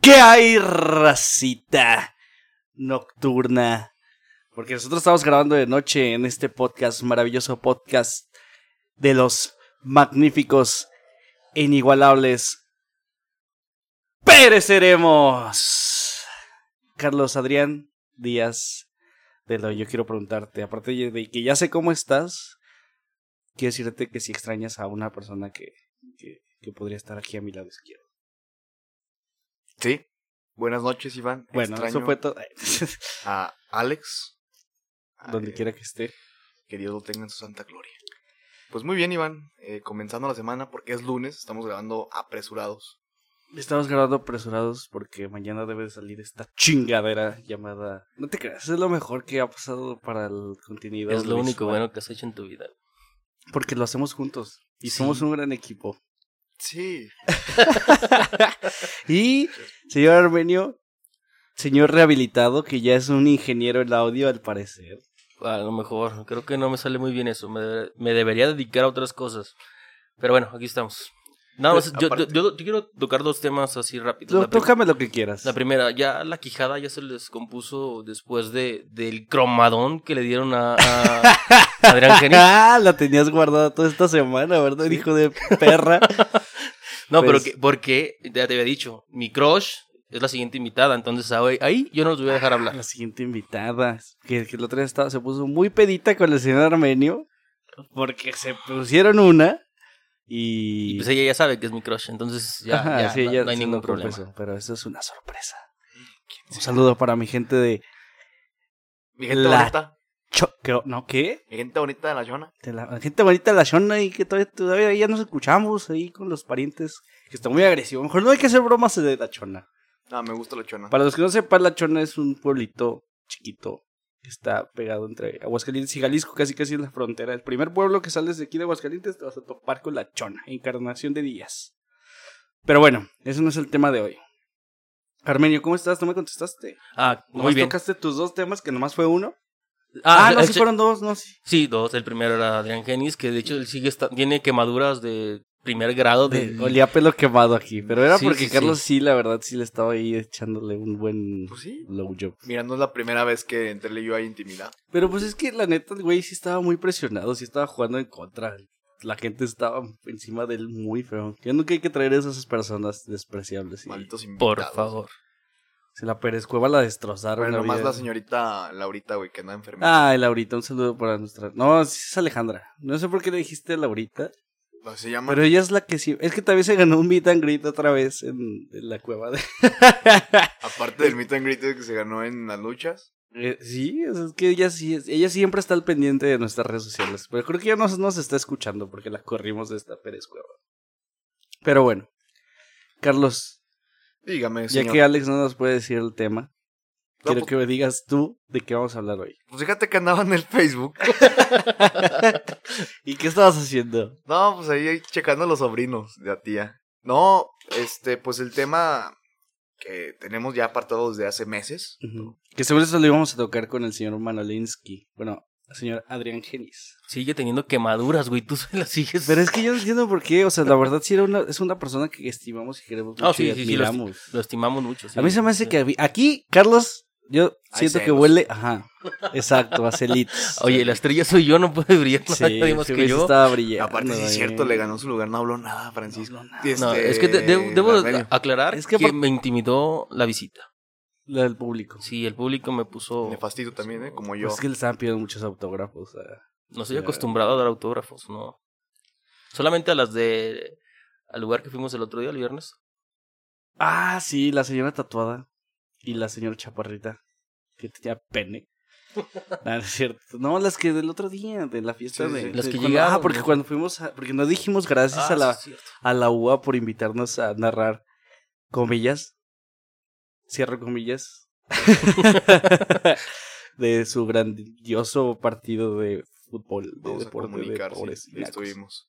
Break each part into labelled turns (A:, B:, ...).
A: ¿Qué hay, racita nocturna? Porque nosotros estamos grabando de noche en este podcast, maravilloso podcast de los magníficos e inigualables Pereceremos. Carlos Adrián Díaz de lo yo quiero preguntarte, aparte de que ya sé cómo estás, quiero decirte que si extrañas a una persona que, que, que podría estar aquí a mi lado izquierdo.
B: Sí. Buenas noches, Iván.
A: Bueno,
B: Extraño
A: eso fue todo.
B: A Alex. A,
A: Donde
B: eh,
A: quiera que esté.
B: Que Dios lo tenga en su santa gloria. Pues muy bien, Iván. eh, comenzando la semana, porque es lunes, estamos grabando apresurados.
A: Estamos grabando apresurados porque mañana debe de salir esta chingadera llamada. No te creas, es lo mejor que ha pasado para el contenido.
C: Es lo único
A: audiovisual,
C: bueno que has hecho en tu vida.
A: Porque lo hacemos juntos y
C: Sí.
A: somos un gran equipo.
B: Sí.
A: Y, señor Armenio, señor rehabilitado, que ya es un ingeniero en audio al parecer.
C: A lo mejor, creo que no me sale muy bien eso. Me, debe- me debería dedicar a otras cosas. Pero bueno, aquí estamos. Nada
B: Pues,
C: más, yo, yo-
B: aparte-
C: yo- yo quiero tocar dos temas así rápido.
A: Lo-
C: la, pri-
A: tócame lo que quieras.
C: la primera, ya la quijada ya se les compuso después de, del cromadón que le dieron a, a Adrián Genís.
A: Ah, la tenías guardada toda esta semana, ¿verdad? Hijo de perra.
C: No,
A: Pues-
C: pero que, porque ya te había dicho, mi crush es la siguiente invitada. Entonces ahí, ahí yo no los voy a dejar hablar.
A: La siguiente invitada, que, que el otro día estaba- se puso muy pedita con el señor Armenio, porque se pusieron una y...
C: Y pues ella ya sabe que es mi crush. Entonces ya,
A: Ajá,
C: ya,
A: sí,
C: no,
A: ya
C: no hay
A: se
C: ningún
A: lo
C: problema.
A: confesó, pero eso es una sorpresa. Un saludo para mi gente de...
B: Mi gente
A: La-
B: bonita.
A: Cho- creo- ¿No qué?
B: Mi gente bonita de la Yona.
A: De la, la gente bonita de la zona y que todavía, todavía ya nos escuchamos ahí con los parientes, que está muy agresivo. Mejor no hay que hacer bromas de la chona.
B: Ah, me gusta la Chona.
A: Para los que no sepan, La Chona es un pueblito chiquito que está pegado entre Aguascalientes y Jalisco, casi casi en la frontera. El primer pueblo que sales de aquí de Aguascalientes te vas a topar con La Chona, Encarnación de Díaz. Pero bueno, eso no es el tema de hoy. Armenio, ¿cómo estás? ¿No me contestaste?
C: Ah, muy
A: Nomás
C: bien.
A: tocaste tus dos temas, que nomás fue uno. Ah,
C: Ah,
A: no,
C: el-
A: sí fueron dos, no, sí.
C: Sí, dos. El primero era Adrián Genis, que de hecho él sigue esta- tiene quemaduras de primer grado de.
A: Olía a pelo quemado aquí, pero era
C: Sí,
A: porque
C: sí, sí.
A: Carlos sí. la verdad, sí le estaba ahí echándole un buen
B: Pues sí.
A: blowjob.
B: Mira, no es la primera vez que entre él y yo hay intimidad.
A: Pero pues es que la neta, el güey sí estaba muy presionado, sí estaba jugando en contra. La gente estaba encima de él muy feo. Yo nunca hay que traer a esas personas despreciables. y
B: Malditos invitados.
C: Por favor.
A: Si la Pérez Cueva la destrozaron.
B: Pero
A: la
B: nomás
A: vida.
B: la señorita Laurita, güey, que anda enferma.
A: Ay, Laurita, un saludo para nuestra. No, sí es Alejandra. No sé por qué le dijiste Laurita.
B: No, Ah, se llama.
A: Pero ella es la que sí. Es que también se ganó un meet and greet otra vez en, en la cueva. De...
B: Aparte del mito en grito que se ganó en las luchas.
A: Eh, sí, o sea, es que ella sí. es- Ella siempre está al pendiente de nuestras redes sociales. Pero creo que ya nos, nos está escuchando porque la corrimos de esta Pérez Cueva. Pero bueno. Carlos,
B: Dígame,
A: Ya
B: señor.
A: que Alex no nos puede decir el tema,
B: No,
A: quiero
B: pues-
A: que me digas tú de qué vamos a hablar hoy.
B: Pues fíjate que andaba en el Facebook.
A: ¿Y qué estabas haciendo?
B: No, pues ahí checando a los sobrinos de la tía. No, este, pues el tema que tenemos ya apartado desde hace meses.
A: Que seguro eso lo íbamos a tocar con el señor Manolinsky. Bueno, el señor Adrián Genis.
C: Sigue teniendo quemaduras, güey. Tú se las sigues.
A: Pero es que yo no entiendo por qué. O sea, la verdad sí era una, es una persona que estimamos y queremos mucho
C: Ah, sí,
A: y
C: sí, sí, lo esti-
A: admiramos.
C: Lo estimamos mucho. sí.
A: A mí se me hace que vi- aquí, Carlos, yo
B: Hay
A: siento que
B: celos.
A: huele... Ajá, exacto, a celitos.
C: Oye, la estrella soy yo, no puede brillar
A: Sí,
C: nadie más
A: ese
C: que
A: güey sí
C: yo.
A: estaba
B: Y
A: brillando.
B: aparte, sí es
A: eh.
B: cierto, le ganó su lugar, no habló nada, Francisco.
A: No habló nada.
C: No,
B: Este,
C: es que de- de- debo
B: Armelio.
C: aclarar
A: Es que
C: que
A: por-
C: me intimidó la visita.
A: La del público.
C: Sí, el público me puso.
B: Nefastito también, ¿eh? Como yo.
A: Pues es que le estaban pidiendo muchos autógrafos. o sea.
C: No soy acostumbrado a dar autógrafos, no. Solamente a las de. Al lugar que fuimos el otro día, el viernes.
A: Ah, sí, la señora tatuada y la señora chaparrita que tenía pene. Ah, no es cierto. No, las que del otro día, de la fiesta
B: Sí, sí,
A: de.
B: sí.
C: Las
A: de
C: que
A: cuando- Ah,
C: llegaron,
A: porque
C: ¿no?
A: cuando fuimos. a- porque no dijimos gracias
C: Ah,
A: a, la,
C: sí, es cierto.
A: a la UA por invitarnos a narrar comillas. Cierro comillas. de su grandioso partido de fútbol, de
B: Vamos a
A: deporte de
B: comunicar, sí,
A: pobres y
B: ahí
A: nacos.
B: estuvimos.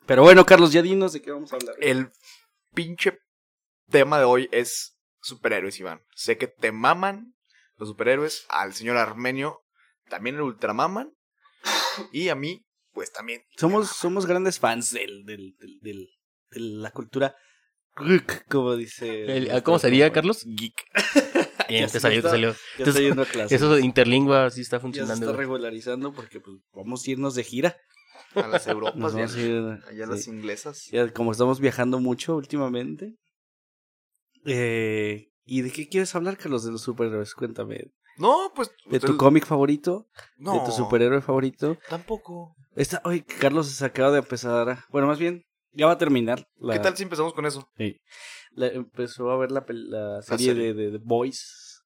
B: Eh,
A: Pero bueno, Carlos, ya dinos de qué vamos a hablar.
B: El pinche tema de hoy es superhéroes, Iván. Sé que te maman los superhéroes, al señor Armenio también el ultramaman, y a mí, pues también.
A: somos, somos grandes fans del, del, del- del- de la cultura Geek, como dice.
C: El-
A: nuestro
C: ¿Cómo sería,
A: compañero.
C: Carlos?
B: Geek.
C: Bien,
A: Ya
C: te
A: se
C: salió, te
A: está-
C: salió.
A: Ya está
C: Entonces,
A: yendo a clase.
C: Eso de interlingua sí está
A: ya se
C: funcionando.
A: está
C: güey.
A: regularizando porque pues, vamos a irnos de gira.
B: A las Europas,
A: Nos
B: ya,
A: vamos a ir-
B: allá
A: sí.
B: las inglesas.
A: Ya, como estamos viajando mucho últimamente. Eh, ¿Y de qué quieres hablar, Carlos, de los superhéroes? Cuéntame.
B: No, pues.
A: ¿De tu
B: ustedes-
A: cómic favorito? ¿De
B: no,
A: tu superhéroe favorito?
B: Tampoco.
A: Esta, oye, Carlos se acaba de empezar a... Bueno, más bien, ya va a terminar. La,
B: ¿Qué tal si empezamos con eso?
A: la- empezó a ver la, pel- la serie, de,
B: serie.
A: de, de Boys.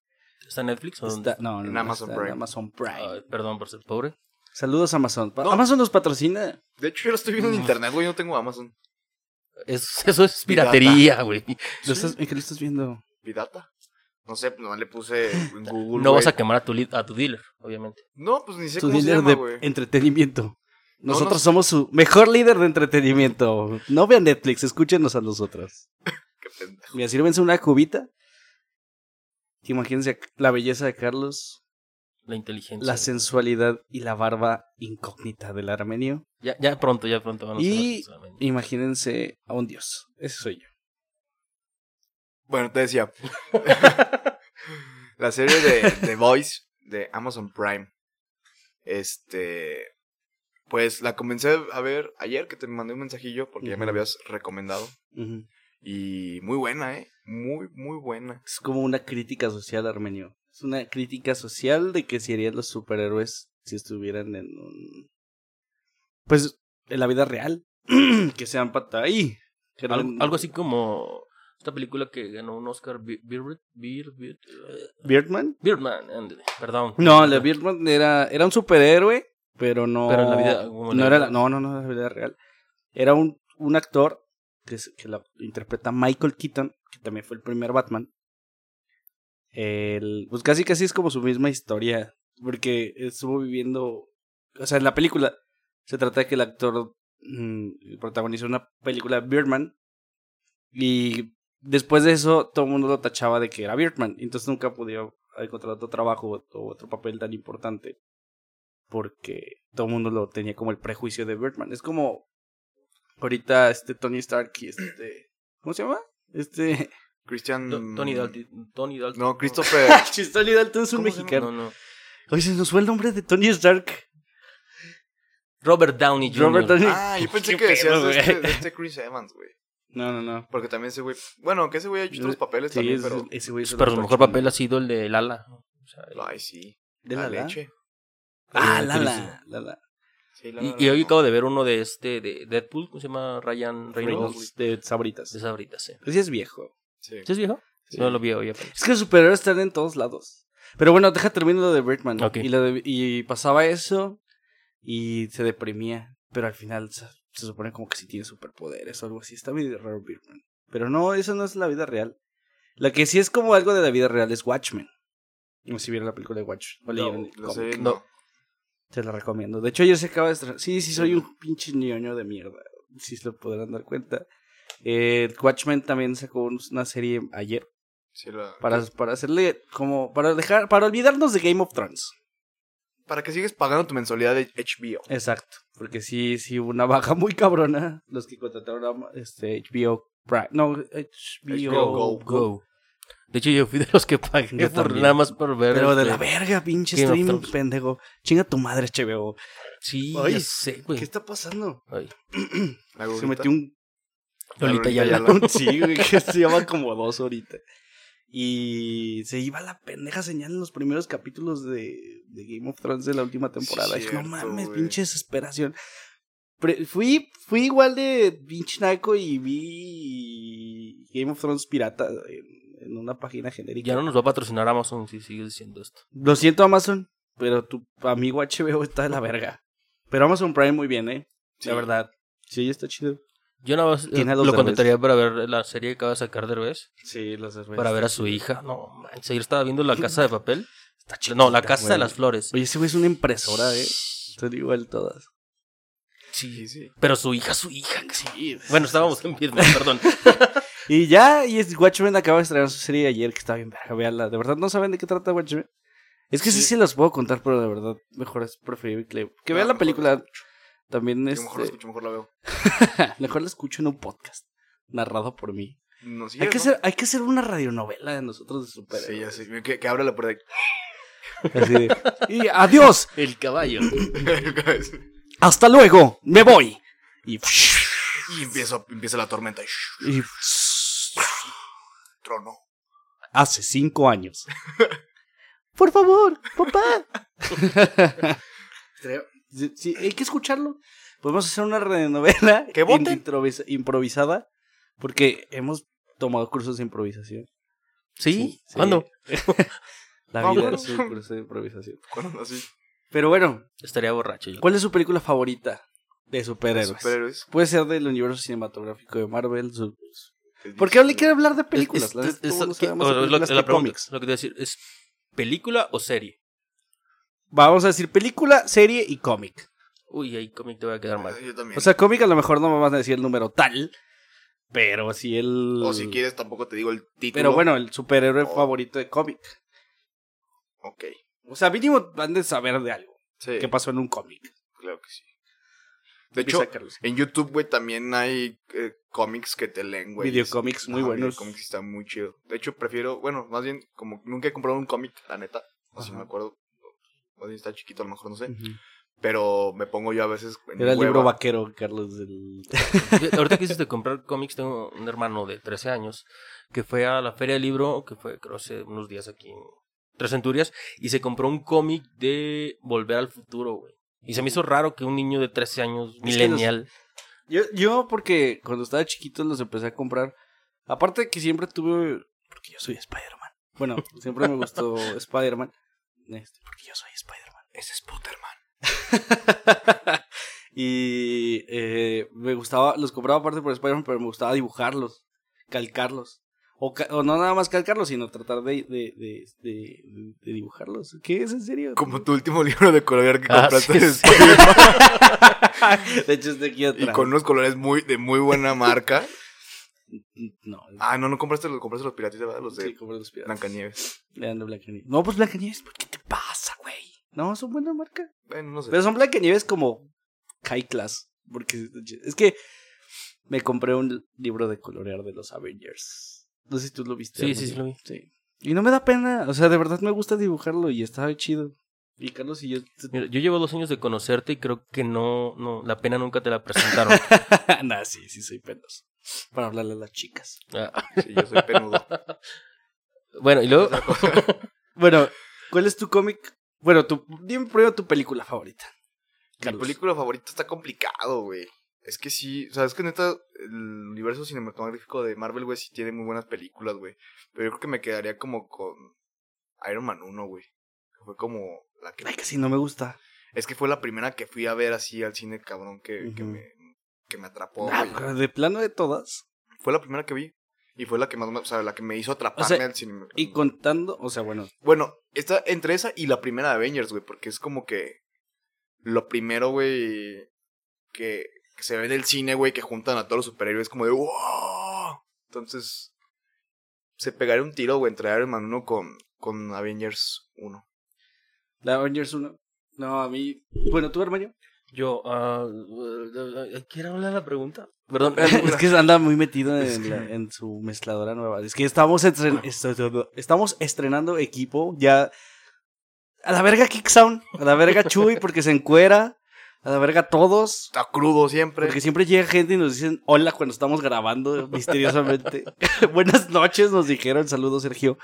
C: ¿Está en Netflix o dónde?
A: Está- no, no,
B: En
A: no,
B: Amazon
A: está en
B: Prime. Ah.
A: Amazon Prime.
C: Ay, perdón por ser pobre.
A: Saludos Amazon. Pa-
B: No.
A: Amazon nos patrocina.
B: De hecho, yo lo estoy viendo en
C: No.
B: internet, güey. Yo no tengo Amazon.
C: Es- eso es
B: Pirata.
C: piratería, güey.
A: ¿Lo estás, ¿en qué lo estás viendo?
B: Pirata. No sé, pues, nomás le puse en Google.
C: No
B: güey.
C: vas a quemar a tu, li- a tu dealer, obviamente.
B: No, pues ni sé
A: Tu
B: cómo se
A: líder
B: llama,
A: de
B: güey.
A: entretenimiento.
B: No,
A: Nosotros
B: no-
A: somos su mejor líder de entretenimiento. No vean Netflix, escúchenos a nosotros.
B: Qué pendejo.
A: Mira, sírvense una cubita. Imagínense la belleza de Carlos,
C: La inteligencia.
A: la sensualidad y la barba incógnita del armenio.
C: Ya, ya pronto, ya pronto. van a
A: Y-
C: ser solamente.
A: Imagínense a un dios. Ese soy yo.
B: Bueno, te decía. la serie de The Voice de Amazon Prime. Este. Pues la comencé a ver ayer que te mandé un mensajillo porque ya me la
A: Ujú.
B: habías recomendado.
A: Ujú.
B: Y muy buena, ¿eh? Muy, muy buena.
A: Es como una crítica social armenio. Es una crítica social de que serían los superhéroes si estuvieran en un... Pues en la vida real. que sean pata ahí. Que no-
C: Algo, algo así como esta película que ganó un Oscar, Bi- Bird, Bird, Bird, eh,
A: Birdman.
C: Birdman, ándale, perdón.
A: No, la Birdman era, era un superhéroe, pero no...
C: Pero en la vida- como en
A: No,
C: la
A: era
C: vida-
A: la- no, no, no, era la vida real. Era un, un actor que, es- que la interpreta Michael Keaton, que también fue el primer Batman. El, pues casi casi es como su misma historia, porque estuvo viviendo, o sea, en la película se trata de que el actor mm, protagonizó una película Birdman y después de eso todo el mundo lo tachaba de que era Birdman, entonces nunca podía encontrar otro trabajo o otro papel tan importante porque todo el mundo lo tenía como el prejuicio de Birdman. Es como ahorita este Tony Stark y este ¿cómo se llama? Este
B: Christian.
C: Do- Tony
A: Mm.
C: Dalton. Tony Dalton.
B: No, Christopher.
A: Chis, Tony Dalton es un
B: ¿Cómo se llama?
A: mexicano.
C: No, no.
A: Oye, se nos fue el nombre de Tony Stark.
C: Robert Downey Jr.
A: Robert Downey.
B: Ah, yo pensé
A: Qué
B: que decías
A: pedo,
B: de
A: güey.
B: este, de este Chris Evans, güey.
A: No, no, no.
B: Porque también ese güey. Bueno, que ese güey ha hecho otros papeles
A: Sí,
B: Pues también,
A: es-
B: pero.
A: ese güey es
C: Pues, Pero su
A: otro
C: mejor
A: chingón. Ah,
C: papel ha sido el de Lala. O sea,
B: Ay, sí.
A: de
B: la
A: Lala.
B: leche.
A: Ah,
C: Eh,
A: Lala,
C: Chris.
A: Lala.
B: Sí, la-
C: y,
B: la-
C: y hoy
B: no.
C: acabo de ver uno de este, de Deadpool, ¿cómo se llama? Ryan Reynolds.
A: Reynolds de Sabritas.
C: De esa ahorita, sí.
A: Ese es viejo.
B: Sí.
C: ¿Sí es viejo?
B: Sí.
C: No lo vi hoy apenas.
A: Es que los superhéroes están en todos lados. Pero bueno, deja termino lo de Birdman.
C: Ok.
A: Y, lo de- y pasaba eso y se deprimía. Pero al final se, se supone como que sí tiene superpoderes o algo así. Está medio raro Birdman. Pero no, eso no es la vida real. La que sí es como algo de la vida real es Watchmen. No sé si vieron la película de Watchmen. O leyeron el
B: No,
A: cómic.
B: sé,
C: No.
B: no.
A: Te la recomiendo. De hecho, ayer se acaba de estrenar. Sí, sí, soy un pinche ñoño de mierda. Si se lo podrán dar cuenta. Eh, Watchmen también sacó un- una serie ayer.
B: Sí, la-
A: Para, para hacerle como. Para dejar. Para olvidarnos de Game of Thrones.
B: Para que sigues pagando tu mensualidad de HBO.
A: Exacto. Porque sí, sí, hubo una baja muy cabrona. Los que contrataron a este, HBO Prime. No, HBO,
B: HBO
A: Go.
B: Go.
C: De hecho, yo fui de los que pagué
A: Yo
C: por-
A: también.
C: nada más por ver.
A: Pero de
C: este-
A: la verga, pinche
C: Game of
A: streaming,
C: Thrones.
A: pendejo. Chinga tu madre, HBO.
C: Sí,
A: Ay,
C: ya sé, güey.
A: ¿Qué está pasando?
C: Ay,
B: La
A: Se
B: gorrita.
A: metió un
C: Lolita
B: Lolita
C: ya la...
B: Ayala.
A: Sí, güey, que se llama como dos ahorita. Y se iba la pendeja señal en los primeros capítulos de, de Game of Thrones de la última temporada.
B: Sí,
A: Dije, no
B: cierto,
A: mames,
B: güey.
A: pinche desesperación. Pre- fui, fui igual de pinche naco y vi Game of Thrones pirata en, en una página genérica.
C: Ya no nos va a patrocinar Amazon si sigues diciendo esto.
A: Lo siento, Amazon, pero tu amigo HBO está de la verga. Pero Amazon Prime muy bien, ¿eh?
B: Sí.
A: La verdad. Sí, está chido.
C: Yo nada más eh,
A: Tiene a
C: lo
A: los Derbez.
C: contrataría para ver la serie que acaba de sacar Derbez.
A: Sí, las
C: Para ver a su hija. No, manches. Yo estaba viendo La Casa de Papel. no, La Casa de las Flores.
A: Oye, ese güey es una impresora, ¿eh? Son igual todas.
B: Sí,
C: Sí.
B: sí.
C: Pero su hija, su hija. que sí.
A: Sí.
C: Bueno, estábamos en Vietnam, perdón.
A: Y ya, y es- Watchmen acaba de estrenar su serie ayer, que está bien verga, véanla. De verdad, no saben de qué trata Watchmen. Es que sí, sí, los puedo contar, pero de verdad, mejor es preferible que, que
B: No,
A: vean la
B: mejor
A: película.
B: la
A: También
B: Yo
A: este,
B: mejor la escucho, mejor la veo.
A: mejor la escucho en un podcast, narrado por mí.
B: Nos
A: Hay
B: sigues,
A: que,
B: ¿no?
A: hacer, hay que hacer una radionovela de nosotros de
B: Sí, ya
A: superhéroes.
B: sé. Que, que abra la puerta.
A: Así de, y adiós,
C: El caballo.
A: hasta luego, me voy. Y,
B: y empieza, empieza la tormenta.
A: y
B: Trono.
A: hace cinco años. Por favor, papá. Sí, sí, hay que escucharlo. Podemos hacer una radionovela
B: Que voten.
A: in- improvisa- improvisada porque hemos tomado cursos de improvisación.
C: ¿Sí? ¿Cuándo?
A: La
B: Ah,
A: vida
B: bueno.
A: es un curso de improvisación.
B: Cuando así.
A: Pero bueno,
C: Estaría borracho yo.
A: ¿Cuál es su película favorita de superhéroes?
B: Superhéroes.
A: Puede ser del universo cinematográfico de Marvel. su- ¿Por qué le quiere hablar de películas?
C: Es-
A: La
C: es-
A: neta,
C: es-
A: todo el mundo
C: ¿qué-
A: sabe más de
C: o- o- lo,
A: películas
C: la
A: que
C: pregunta,
A: cómics.
C: lo que te voy a decir es película o serie.
A: Vamos a decir película, serie y cómic.
C: Uy, ahí cómic te voy a quedar mal.
B: Eh, Yo también.
A: O sea, cómic a lo mejor no me vas a decir el número tal, pero si el...
B: O si quieres, tampoco te digo el título.
A: Pero bueno, el superhéroe
B: O-
A: favorito de cómic.
B: Ok.
A: O sea, mínimo van de saber de algo
B: Sí,
A: que pasó en un cómic.
B: claro que sí. De
A: Empieza,
B: hecho,
A: Carlos.
B: en YouTube, güey, también hay eh, cómics que te leen, güey.
A: videocómics muy
B: Ajá,
A: buenos.
B: videocómics está muy chido. De hecho, prefiero, bueno, más bien, como nunca he comprado un cómic, la neta. O si
A: Ajá.
B: me acuerdo. Más bien está chiquito, a lo mejor no sé.
A: Ujú.
B: Pero me pongo yo a veces. en
A: Era el libro
B: eh, hueva.
A: vaquero, Carlos. del-
C: Yo- Ahorita que hiciste comprar cómics, tengo un hermano de 13 años que fue a la feria del libro, que fue creo hace unos días aquí en Tres Centurias, y se compró un cómic de Volver al Futuro, güey. Y se me hizo raro que un niño de 13 años,
A: los-
C: millennial,
A: Yo, yo porque cuando estaba chiquito los empecé a comprar. Aparte de que siempre tuve... Porque yo soy Spider-Man. Bueno, siempre me gustó Spider-Man. Este, porque yo soy Spider-Man.
B: Ese es Potterman.
A: y eh, me gustaba... Los compraba aparte por Spider-Man, pero me gustaba dibujarlos. Calcarlos. O, ca- o no nada más calcarlos, sino tratar de, de, de, de- de dibujarlos. ¿Qué es en serio?
B: Como tu último libro de colorear que
C: Ah,
B: compraste
C: sí,
B: de
C: sí.
B: Spider-Man.
A: de hecho, estoy aquí atrás.
B: Y con unos colores muy de muy buena marca.
A: No.
B: Ah, no, no compraste los, compraste los piratas, ¿verdad? Los
A: sí,
B: de
A: compré los piratas.
B: Blancanieves.
A: Leandro Blancanieves. No, pues Blancanieves, ¿por qué te pasa, güey? No, son buena marca.
B: Bueno, no sé.
A: Pero son Blancanieves como high class. Porque es que me compré un libro de colorear de los Avengers. No sé si tú lo viste. algún
C: Sí, sí,
A: día.
C: sí lo vi.
A: Sí. Y no me da pena. O sea, de verdad me gusta dibujarlo y está chido. Y Carlos y yo.
C: Mira, yo llevo dos años de conocerte y creo que no, no, la pena nunca te la presentaron.
A: nah, sí, sí, soy penoso. Para hablarle a las chicas.
C: Ah,
B: Sí, yo soy penudo.
C: bueno, y luego,
A: Bueno, ¿cuál es tu cómic? Bueno, tu, dime primero tu película favorita.
B: Mi
A: Carlos.
B: película favorita está complicado, güey. Es que sí, o sea, es que neta, el universo cinematográfico de Marvel, güey, sí tiene muy buenas películas, güey. Pero yo creo que me quedaría como con Iron Man 1, güey. Que Fue como la que...
A: Ay, casi no me gusta.
B: Es que fue la primera que fui a ver así al cine, cabrón, que, que
A: Ujú.
B: me, que me atrapó,
A: Nah,
B: güey.
A: pero de plano de todas.
B: Fue la primera que vi. Y fue la que más, me- o sea, la que me hizo atraparme
A: O sea,
B: al cine.
A: Y contando, o sea, bueno,
B: Bueno, está entre esa y la primera de Avengers, güey, porque es como que lo primero, güey, que, que se ve en el cine, güey, que juntan a todos los superhéroes como de ¡Wow! Entonces, se pegaría un tiro, güey, entre Iron Man 1 con, con Avengers 1.
A: la Avengers 1. No, a mí. Bueno, tú, hermano.
C: yo, ah, eh, ¿quiero hablar la pregunta? Perdón,
A: es que anda muy metido en, la- en su mezcladora nueva. Es que estamos, estren- est- estamos estrenando equipo ya. A la verga Kicksound, a la verga Chuy, porque se encuera. A la verga todos.
B: Está crudo siempre.
A: Porque siempre llega gente y nos dicen hola cuando estamos grabando misteriosamente. Buenas noches, nos dijeron. Saludos, Sergio.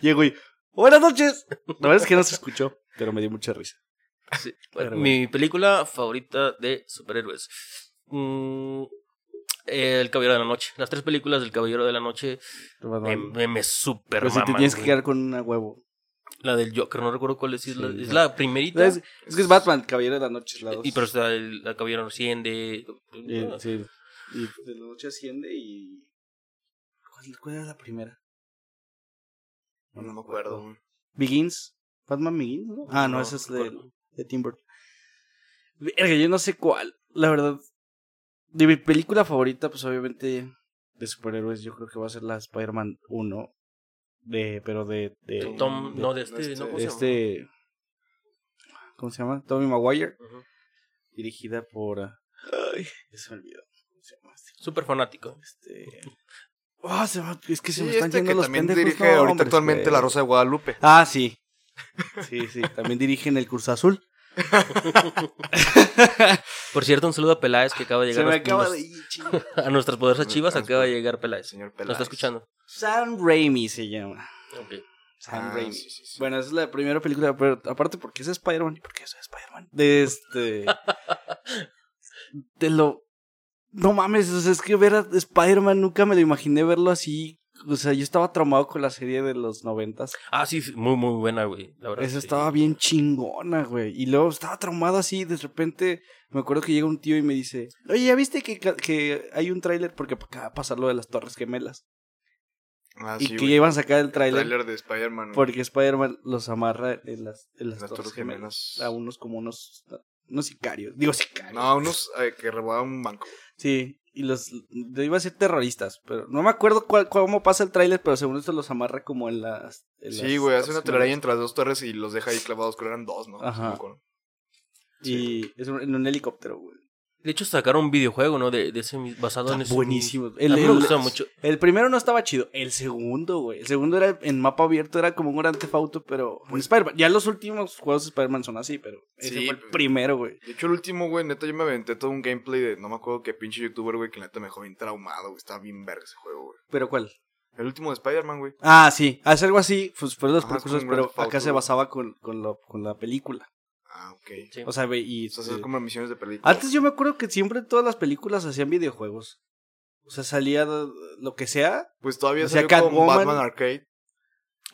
A: Llegó y. Buenas noches. La verdad es que no se escuchó, pero me dio mucha risa.
C: Sí, bueno,
A: Pero
C: mi película favorita de superhéroes. Mm, eh, el Caballero de la Noche. Las tres películas del Caballero de la Noche me, me, me super
A: Pero si te
C: maman,
A: tienes que
C: Em, güey.
A: quedar con una huevo.
C: La del Joker, no recuerdo cuál es. Es, la,
A: Sí.
C: es la primerita.
A: Es, es que es Batman, Caballero de la Noche. es La dos.
C: y pero está el, la Caballero Asciende.
A: Eh, sí. Y pues, de la noche asciende y. ¿Cuál, cuál era la primera?
B: No me acuerdo. güey.
A: Begins. Batman Begins, ¿no? Ah, no, esa es de,
C: recuerdo.
A: de Tim Burton. Verga, yo no sé cuál. La verdad. De mi película favorita, pues obviamente. De superhéroes, yo creo que va a ser la Spider-Man 1. De, pero de. de
C: Tom,
A: de-
C: no, de este,
B: este-
C: no, ¿cómo se llama?
A: este. ¿Cómo se llama? Tommy Maguire.
C: Ujú.
A: Dirigida por. Ay, ya se me olvidó. se llama este?
C: Súper fanático.
A: Este. Ah, se va- es que se
B: Sí,
A: me están
B: este
A: yendo
B: que
A: los
B: también
A: pendejos
B: dirige
A: nombres,
B: ahorita actualmente
A: güey.
B: La Rosa de Guadalupe.
A: Ah, sí. Sí, sí, también dirigen el Cruz Azul.
C: Por cierto, un saludo a Peláez que acaba de
A: Se
C: llegar
A: me
C: a-
A: acaba
C: nos-
A: de ir, chinga.
C: a nuestras poderosas
B: Me
C: chivas.
B: canso.
C: Acaba de llegar Peláez.
B: Señor
C: ¿Nos
B: Peláez.
C: está escuchando?
A: Sam Raimi se llama.
C: Ok.
A: Sam
B: Ah,
A: Raimi.
B: sí, sí, sí.
A: Bueno, esa es la primera película, pero aparte porque es Spider-Man, porque es Spider-Man. De este. Te lo. No mames, o sea, es que ver a Spider-Man nunca me lo imaginé verlo así. O sea, yo estaba traumado con la serie de los noventas.
C: Ah, sí, sí, muy, muy buena, güey. La verdad.
A: Esa
C: sí.
A: estaba bien chingona, güey. Y luego estaba traumado así. De repente me acuerdo que llega un tío y me dice: Oye, ¿ya viste que, ca- que hay un tráiler? Porque acaba de pasar lo de las Torres Gemelas.
B: Ah,
A: y
B: sí,
A: que
B: güey.
A: ya iban a sacar el
B: El
A: tráiler.
B: tráiler de Spider-Man.
A: Porque Spider-Man los amarra en las, en las,
B: Las
A: Torres,
B: Torres
A: gemelas.
B: Gemelas.
A: A unos como unos, unos sicarios. Digo, sicarios.
B: No, unos eh, que robaban un banco.
A: Sí, y los de- iba a ser terroristas, pero no me acuerdo cuál, cómo pasa el tráiler, pero según esto los amarra como en las. en
B: Sí,
A: las
B: güey, hace una
A: Torres
B: telaraña entre las dos torres y los deja ahí clavados, creo que eran dos, ¿no?
A: Ajá.
B: Sí, me acuerdo.
A: Gemelas. Y es un- en un helicóptero, güey.
C: De hecho, sacaron un videojuego, Ah, ¿no? De, de ese, mi- basado en
A: Está
C: ese.
A: buenísimo.
C: A
A: El,
C: mí me
A: el-
C: gustó mucho.
A: el primero no estaba chido. El segundo, güey. El segundo era en mapa abierto, era como un gran Theft Auto, pero. en Spider-Man. Ya los últimos juegos de Spider-Man son así, pero. Ese
B: Sí,
A: fue el
B: güey.
A: primero, güey.
B: De hecho, el último, güey, neta, yo me aventé todo un gameplay de no me acuerdo qué pinche youtuber, güey, que neta me dejó bien traumado, güey. Estaba bien verga ese juego, güey.
A: ¿Pero cuál?
B: El último de Spider-Man, güey.
A: Ah, sí. Hace algo así, pues fueron los
B: Ajá, es como
A: precursores,
B: un
A: pero
B: Grand Theft
A: acá se
B: Auto.
A: basaba con, con, lo- con la película.
B: Ah, ok.
C: Sí.
A: O sea, ve, y.
B: O sea, esas
A: eh,
B: como misiones de película.
A: Antes yo me acuerdo que siempre todas las películas hacían videojuegos. O sea, salía lo que sea.
B: Pues todavía
A: o sea,
B: salió como un
A: Catwoman-
B: Batman Arcade.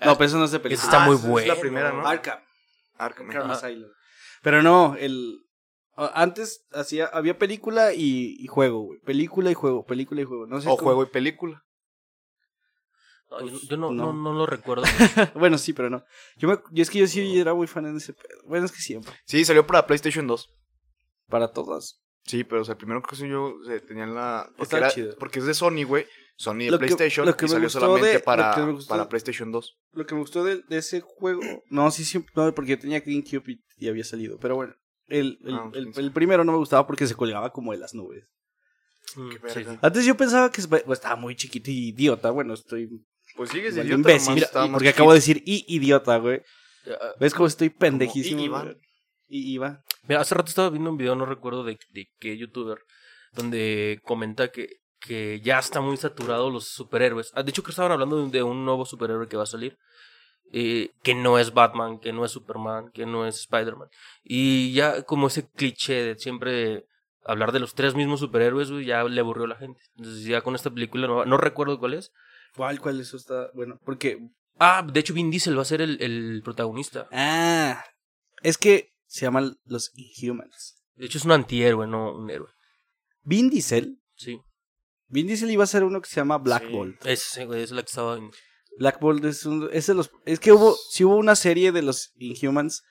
A: No, pero eso no es de
C: Ese
A: película.
C: está
B: Ah,
C: muy
B: esa es
C: bueno.
B: la primera, ¿no?
A: Arkham.
B: Arkham.
A: Arkham
C: Ah.
A: Asylum. Pero no, el. a- Antes hacía, había película y, y juego, güey. Película y juego, película y juego. No sé
B: eh, O
A: cómo-
B: juego y película.
C: No, yo
A: Pues,
C: yo no,
A: no.
C: no. No, lo recuerdo.
A: bueno, sí, pero no. Yo, me, yo es que yo sí era muy fan de ese pedo. Bueno, es que siempre.
B: Sí, salió para PlayStation 2.
A: Para todas.
B: Sí, pero o sea, el primero que soy yo eh, tenía la. Porque,
A: Estaba
B: era-
A: chido.
B: porque es de Sony, güey. Sony de
A: Lo que-
B: PlayStation.
A: lo que
B: y
A: me
B: salió
A: gustó
B: solamente
A: de- lo
B: para,
A: que me gustó-
B: para PlayStation 2.
A: Lo que me gustó de, de ese juego. No, sí, sí, no, porque yo tenía GameCube y, y había salido. Pero bueno, el, el-
B: Ah,
A: el-
B: sí.
A: el primero no me gustaba porque se colgaba como de las nubes.
C: Mm,
B: Qué
C: sí,
B: verga.
C: sí.
A: Antes yo pensaba que Sp- estaba muy chiquito y idiota. Bueno, estoy
B: Pues sigues
A: igual de
B: idiota,
A: imbécil.
B: nomás estaba más
A: porque acabo de
B: chiquito.
A: decir y idiota, güey.
C: Ah,
A: ¿Ves cómo estoy pendejísimo?
B: y Iván.
A: güey? Y Iván.
C: Mira, hace rato estaba viendo un video, no recuerdo de, de qué youtuber, donde comenta que, que ya está muy saturado los superhéroes. Ah, de hecho, que estaban hablando de, de un nuevo superhéroe que va a salir. eh, que no es Batman, que no es Superman, que no es Spider-Man. Y ya como ese cliché de siempre hablar de los tres mismos superhéroes, güey, ya le aburrió a la gente. Entonces ya con esta película nueva, no recuerdo cuál es.
A: ¿Cuál, cuál? Eso está. Bueno, porque.
C: Ah, de hecho Vin Diesel va a ser el, el protagonista.
A: Ah. Es que se llaman los Inhumans.
C: De hecho es un antihéroe, no un héroe.
A: Vin Diesel.
C: Sí,
A: Vin Diesel iba a ser uno que se llama Black
B: Sí.
A: Bolt.
C: ese güey es la que estaba en...
A: Black Bolt es un- es de los. Es que hubo. Sí hubo una serie de los Inhumans.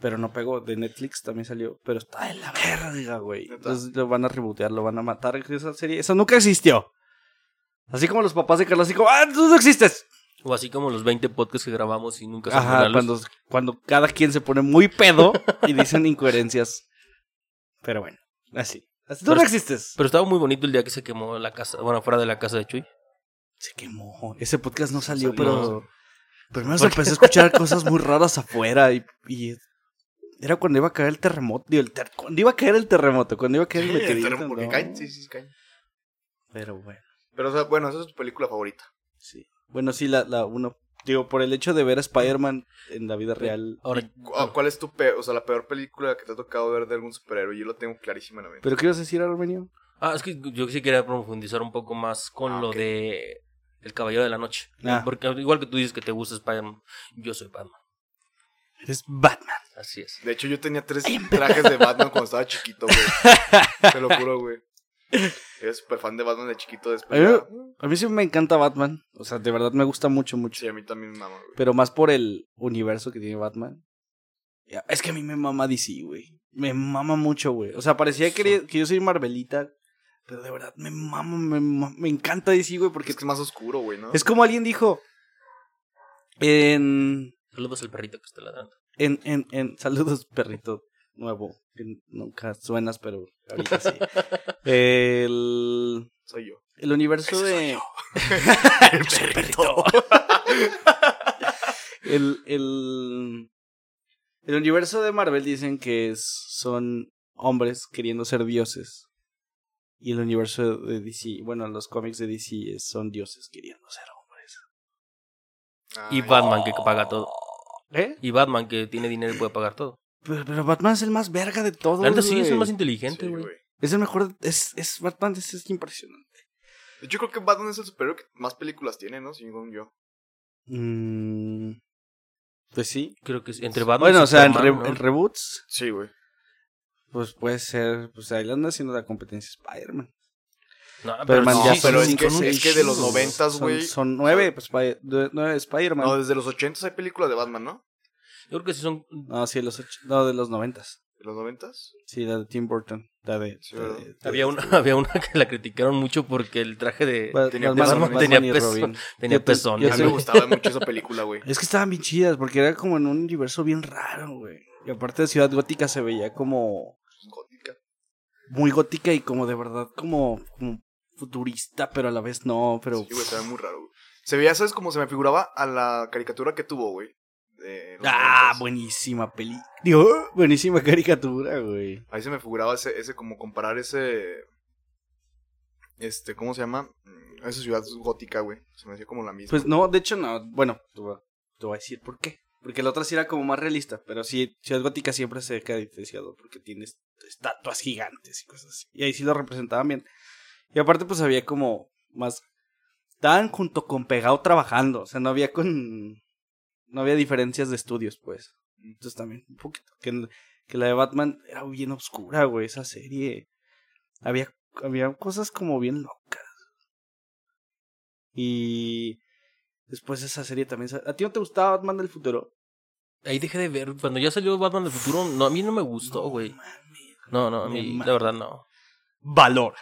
A: Pero no pegó. De Netflix también salió. Pero está de la verga, güey.
B: Neta.
A: Entonces lo van a rebotear, lo van a matar. Esa serie. Esa nunca existió. Así como los papás de Carlos, así como. ¡Ah, tú no existes!
C: O así como los 20 podcasts que grabamos y nunca se
A: Ajá, cuando, cuando cada quien se pone muy pedo y dicen incoherencias. Pero bueno, así. Así, tú
C: Pero-
A: no existes.
C: Pero estaba muy bonito el día que se quemó la casa, bueno, fuera de la casa de Chuy.
A: Se quemó. Ese podcast no salió,
B: salió.
A: pero. Primero se empezó a escuchar cosas muy raras afuera y. y era cuando iba a caer el terremoto. digo, el ter- cuando iba a caer el terremoto, cuando iba a caer el
B: Sí, el
A: meteorito.
B: terreno, porque
A: ¿no?
B: caen, sí, sí, caen.
A: Pero bueno,
B: Pero, o sea, bueno, esa es tu película favorita.
A: sí. Bueno, sí, la, la uno. Digo, por el hecho de ver a Spider-Man en la vida real.
C: Ahora,
B: Cu- ah, ¿Cuál es tu peor, o sea, la peor película que te ha tocado ver de algún superhéroe? Yo lo tengo clarísima en la mente.
A: ¿Pero qué ibas a decir, Armenio?
C: ah, es que yo sí quería profundizar un poco más con
B: Ah,
C: lo
B: ok.
C: de El Caballero de la Noche.
A: Ah.
C: Porque igual que tú dices que te gusta Spider-Man, yo soy Batman.
A: Eres Batman.
C: Así es.
B: De hecho, yo tenía tres trajes de Batman cuando estaba chiquito, güey. Te lo juro, güey. Era súper fan de Batman de chiquito después.
A: Ay,
B: ya-
A: A mí sí me encanta Batman. O sea, de verdad me gusta mucho, mucho.
B: Sí, a mí también me mama, güey.
A: Pero más por el universo que tiene Batman. Ya, Es que a mí me mama DC, güey. Me mama mucho, güey. O sea, parecía que, que yo soy Marvelita. Pero de verdad, me mama, me, ma- me encanta DC, güey.
B: Porque
A: Porque
B: es que es más oscuro, güey, ¿no?
A: es como alguien dijo. En,
C: Saludos al perrito que está ladrando.
A: en, en, en- Saludos, perrito. nuevo, que nunca suenas, pero ahorita sí. El,
B: Soy yo.
A: el universo
B: Ese soy
A: de...
B: yo. El perrito.
A: El, el, el universo de Marvel dicen que es- son hombres queriendo ser dioses. Y el universo de DC, bueno, los cómics de DC es- son dioses queriendo ser hombres.
C: Y
B: Ay,
C: Batman que paga todo.
A: ¿Eh?
C: Y Batman que tiene dinero y puede pagar todo.
A: Pero, pero Batman es el más verga de todos.
C: La neta sí, es el
A: güey.
C: más
B: sí,
C: inteligente, güey.
B: güey.
A: Es el mejor. Es, es Batman, es, es impresionante.
B: Yo creo que Batman es el superhéroe que más películas tiene, ¿no? Según yo.
A: Mm, pues sí.
C: Creo que sí, entre Batman
A: bueno,
C: y
A: o sea, en,
C: Superman,
A: re-
C: ¿no?
A: en reboots,
B: Sí, güey.
A: pues puede ser. Pues ahí le anda haciendo la competencia a Spider-Man.
C: No, pero,
A: Spider-Man
B: no,
A: ya
C: sí,
A: son
B: Ah, pero es
C: sí,
A: cinco,
B: que-
A: son
C: son
B: es
C: un
B: que de los
C: chingo.
B: 90 noventas,
A: Son-
B: güey,
A: Son, nueve, pues Spy- de- nueve Spider-Man.
B: No,
A: No,
B: desde los 80 hay películas de Batman, ¿no?
C: Yo creo que sí son.
A: sí, los och- no, de los noventas.
B: ¿De los 90
A: Sí, la de Tim Burton. La de.
B: Sí,
A: la de-
B: ¿verdad?
A: de-
C: Había una, había una que la criticaron mucho porque el traje de.
A: Ba-
B: Tenía
A: Batman-
B: peso,
A: Batman
C: tenía
A: y
C: peso.
A: Robin.
C: tenía
A: yo te-
C: pezones.
A: yo te-
B: A mí me
C: güey.
B: gustaba mucho esa película, güey.
A: Es que estaban bien chidas porque era como en un universo bien raro, güey. Y aparte de Ciudad Gótica se veía como
B: Gótica.
A: muy gótica y como de verdad como, como futurista, pero a la vez no, pero Ah,
B: Sí, güey, se ve muy raro, güey. Se veía, ¿sabes? Como se me figuraba a la caricatura que tuvo, güey. de los
A: ah,
B: 90s.
A: buenísima peli. Digo, buenísima caricatura, güey.
B: Ahí se me figuraba ese, ese como comparar ese... Este, ¿cómo se llama? Mm, Esa ciudad gótica, güey. Se me hacía como la misma.
A: Pues no, de hecho no, bueno, te voy a- te voy a decir por qué. Porque la otra sí era como más realista, pero sí, Ciudad Gótica siempre se deja diferenciado porque tienes estatuas gigantes y cosas así. Y ahí sí lo representaban bien. Y aparte pues había como más... Estaban junto con Pegado trabajando, o sea, no había con... No había diferencias de estudios, pues. Entonces también un poquito. Que, que la de Batman era bien oscura, güey, esa serie. Había, había cosas como bien locas. Y después esa serie también... sa- ¿A ti no te gustaba Batman del futuro?
C: Ahí dejé de ver. Cuando ya salió Batman del futuro, no, a mí no me gustó, güey. No, no, a
A: Me
C: mí,
A: ma-
C: la verdad, no.
A: Valor.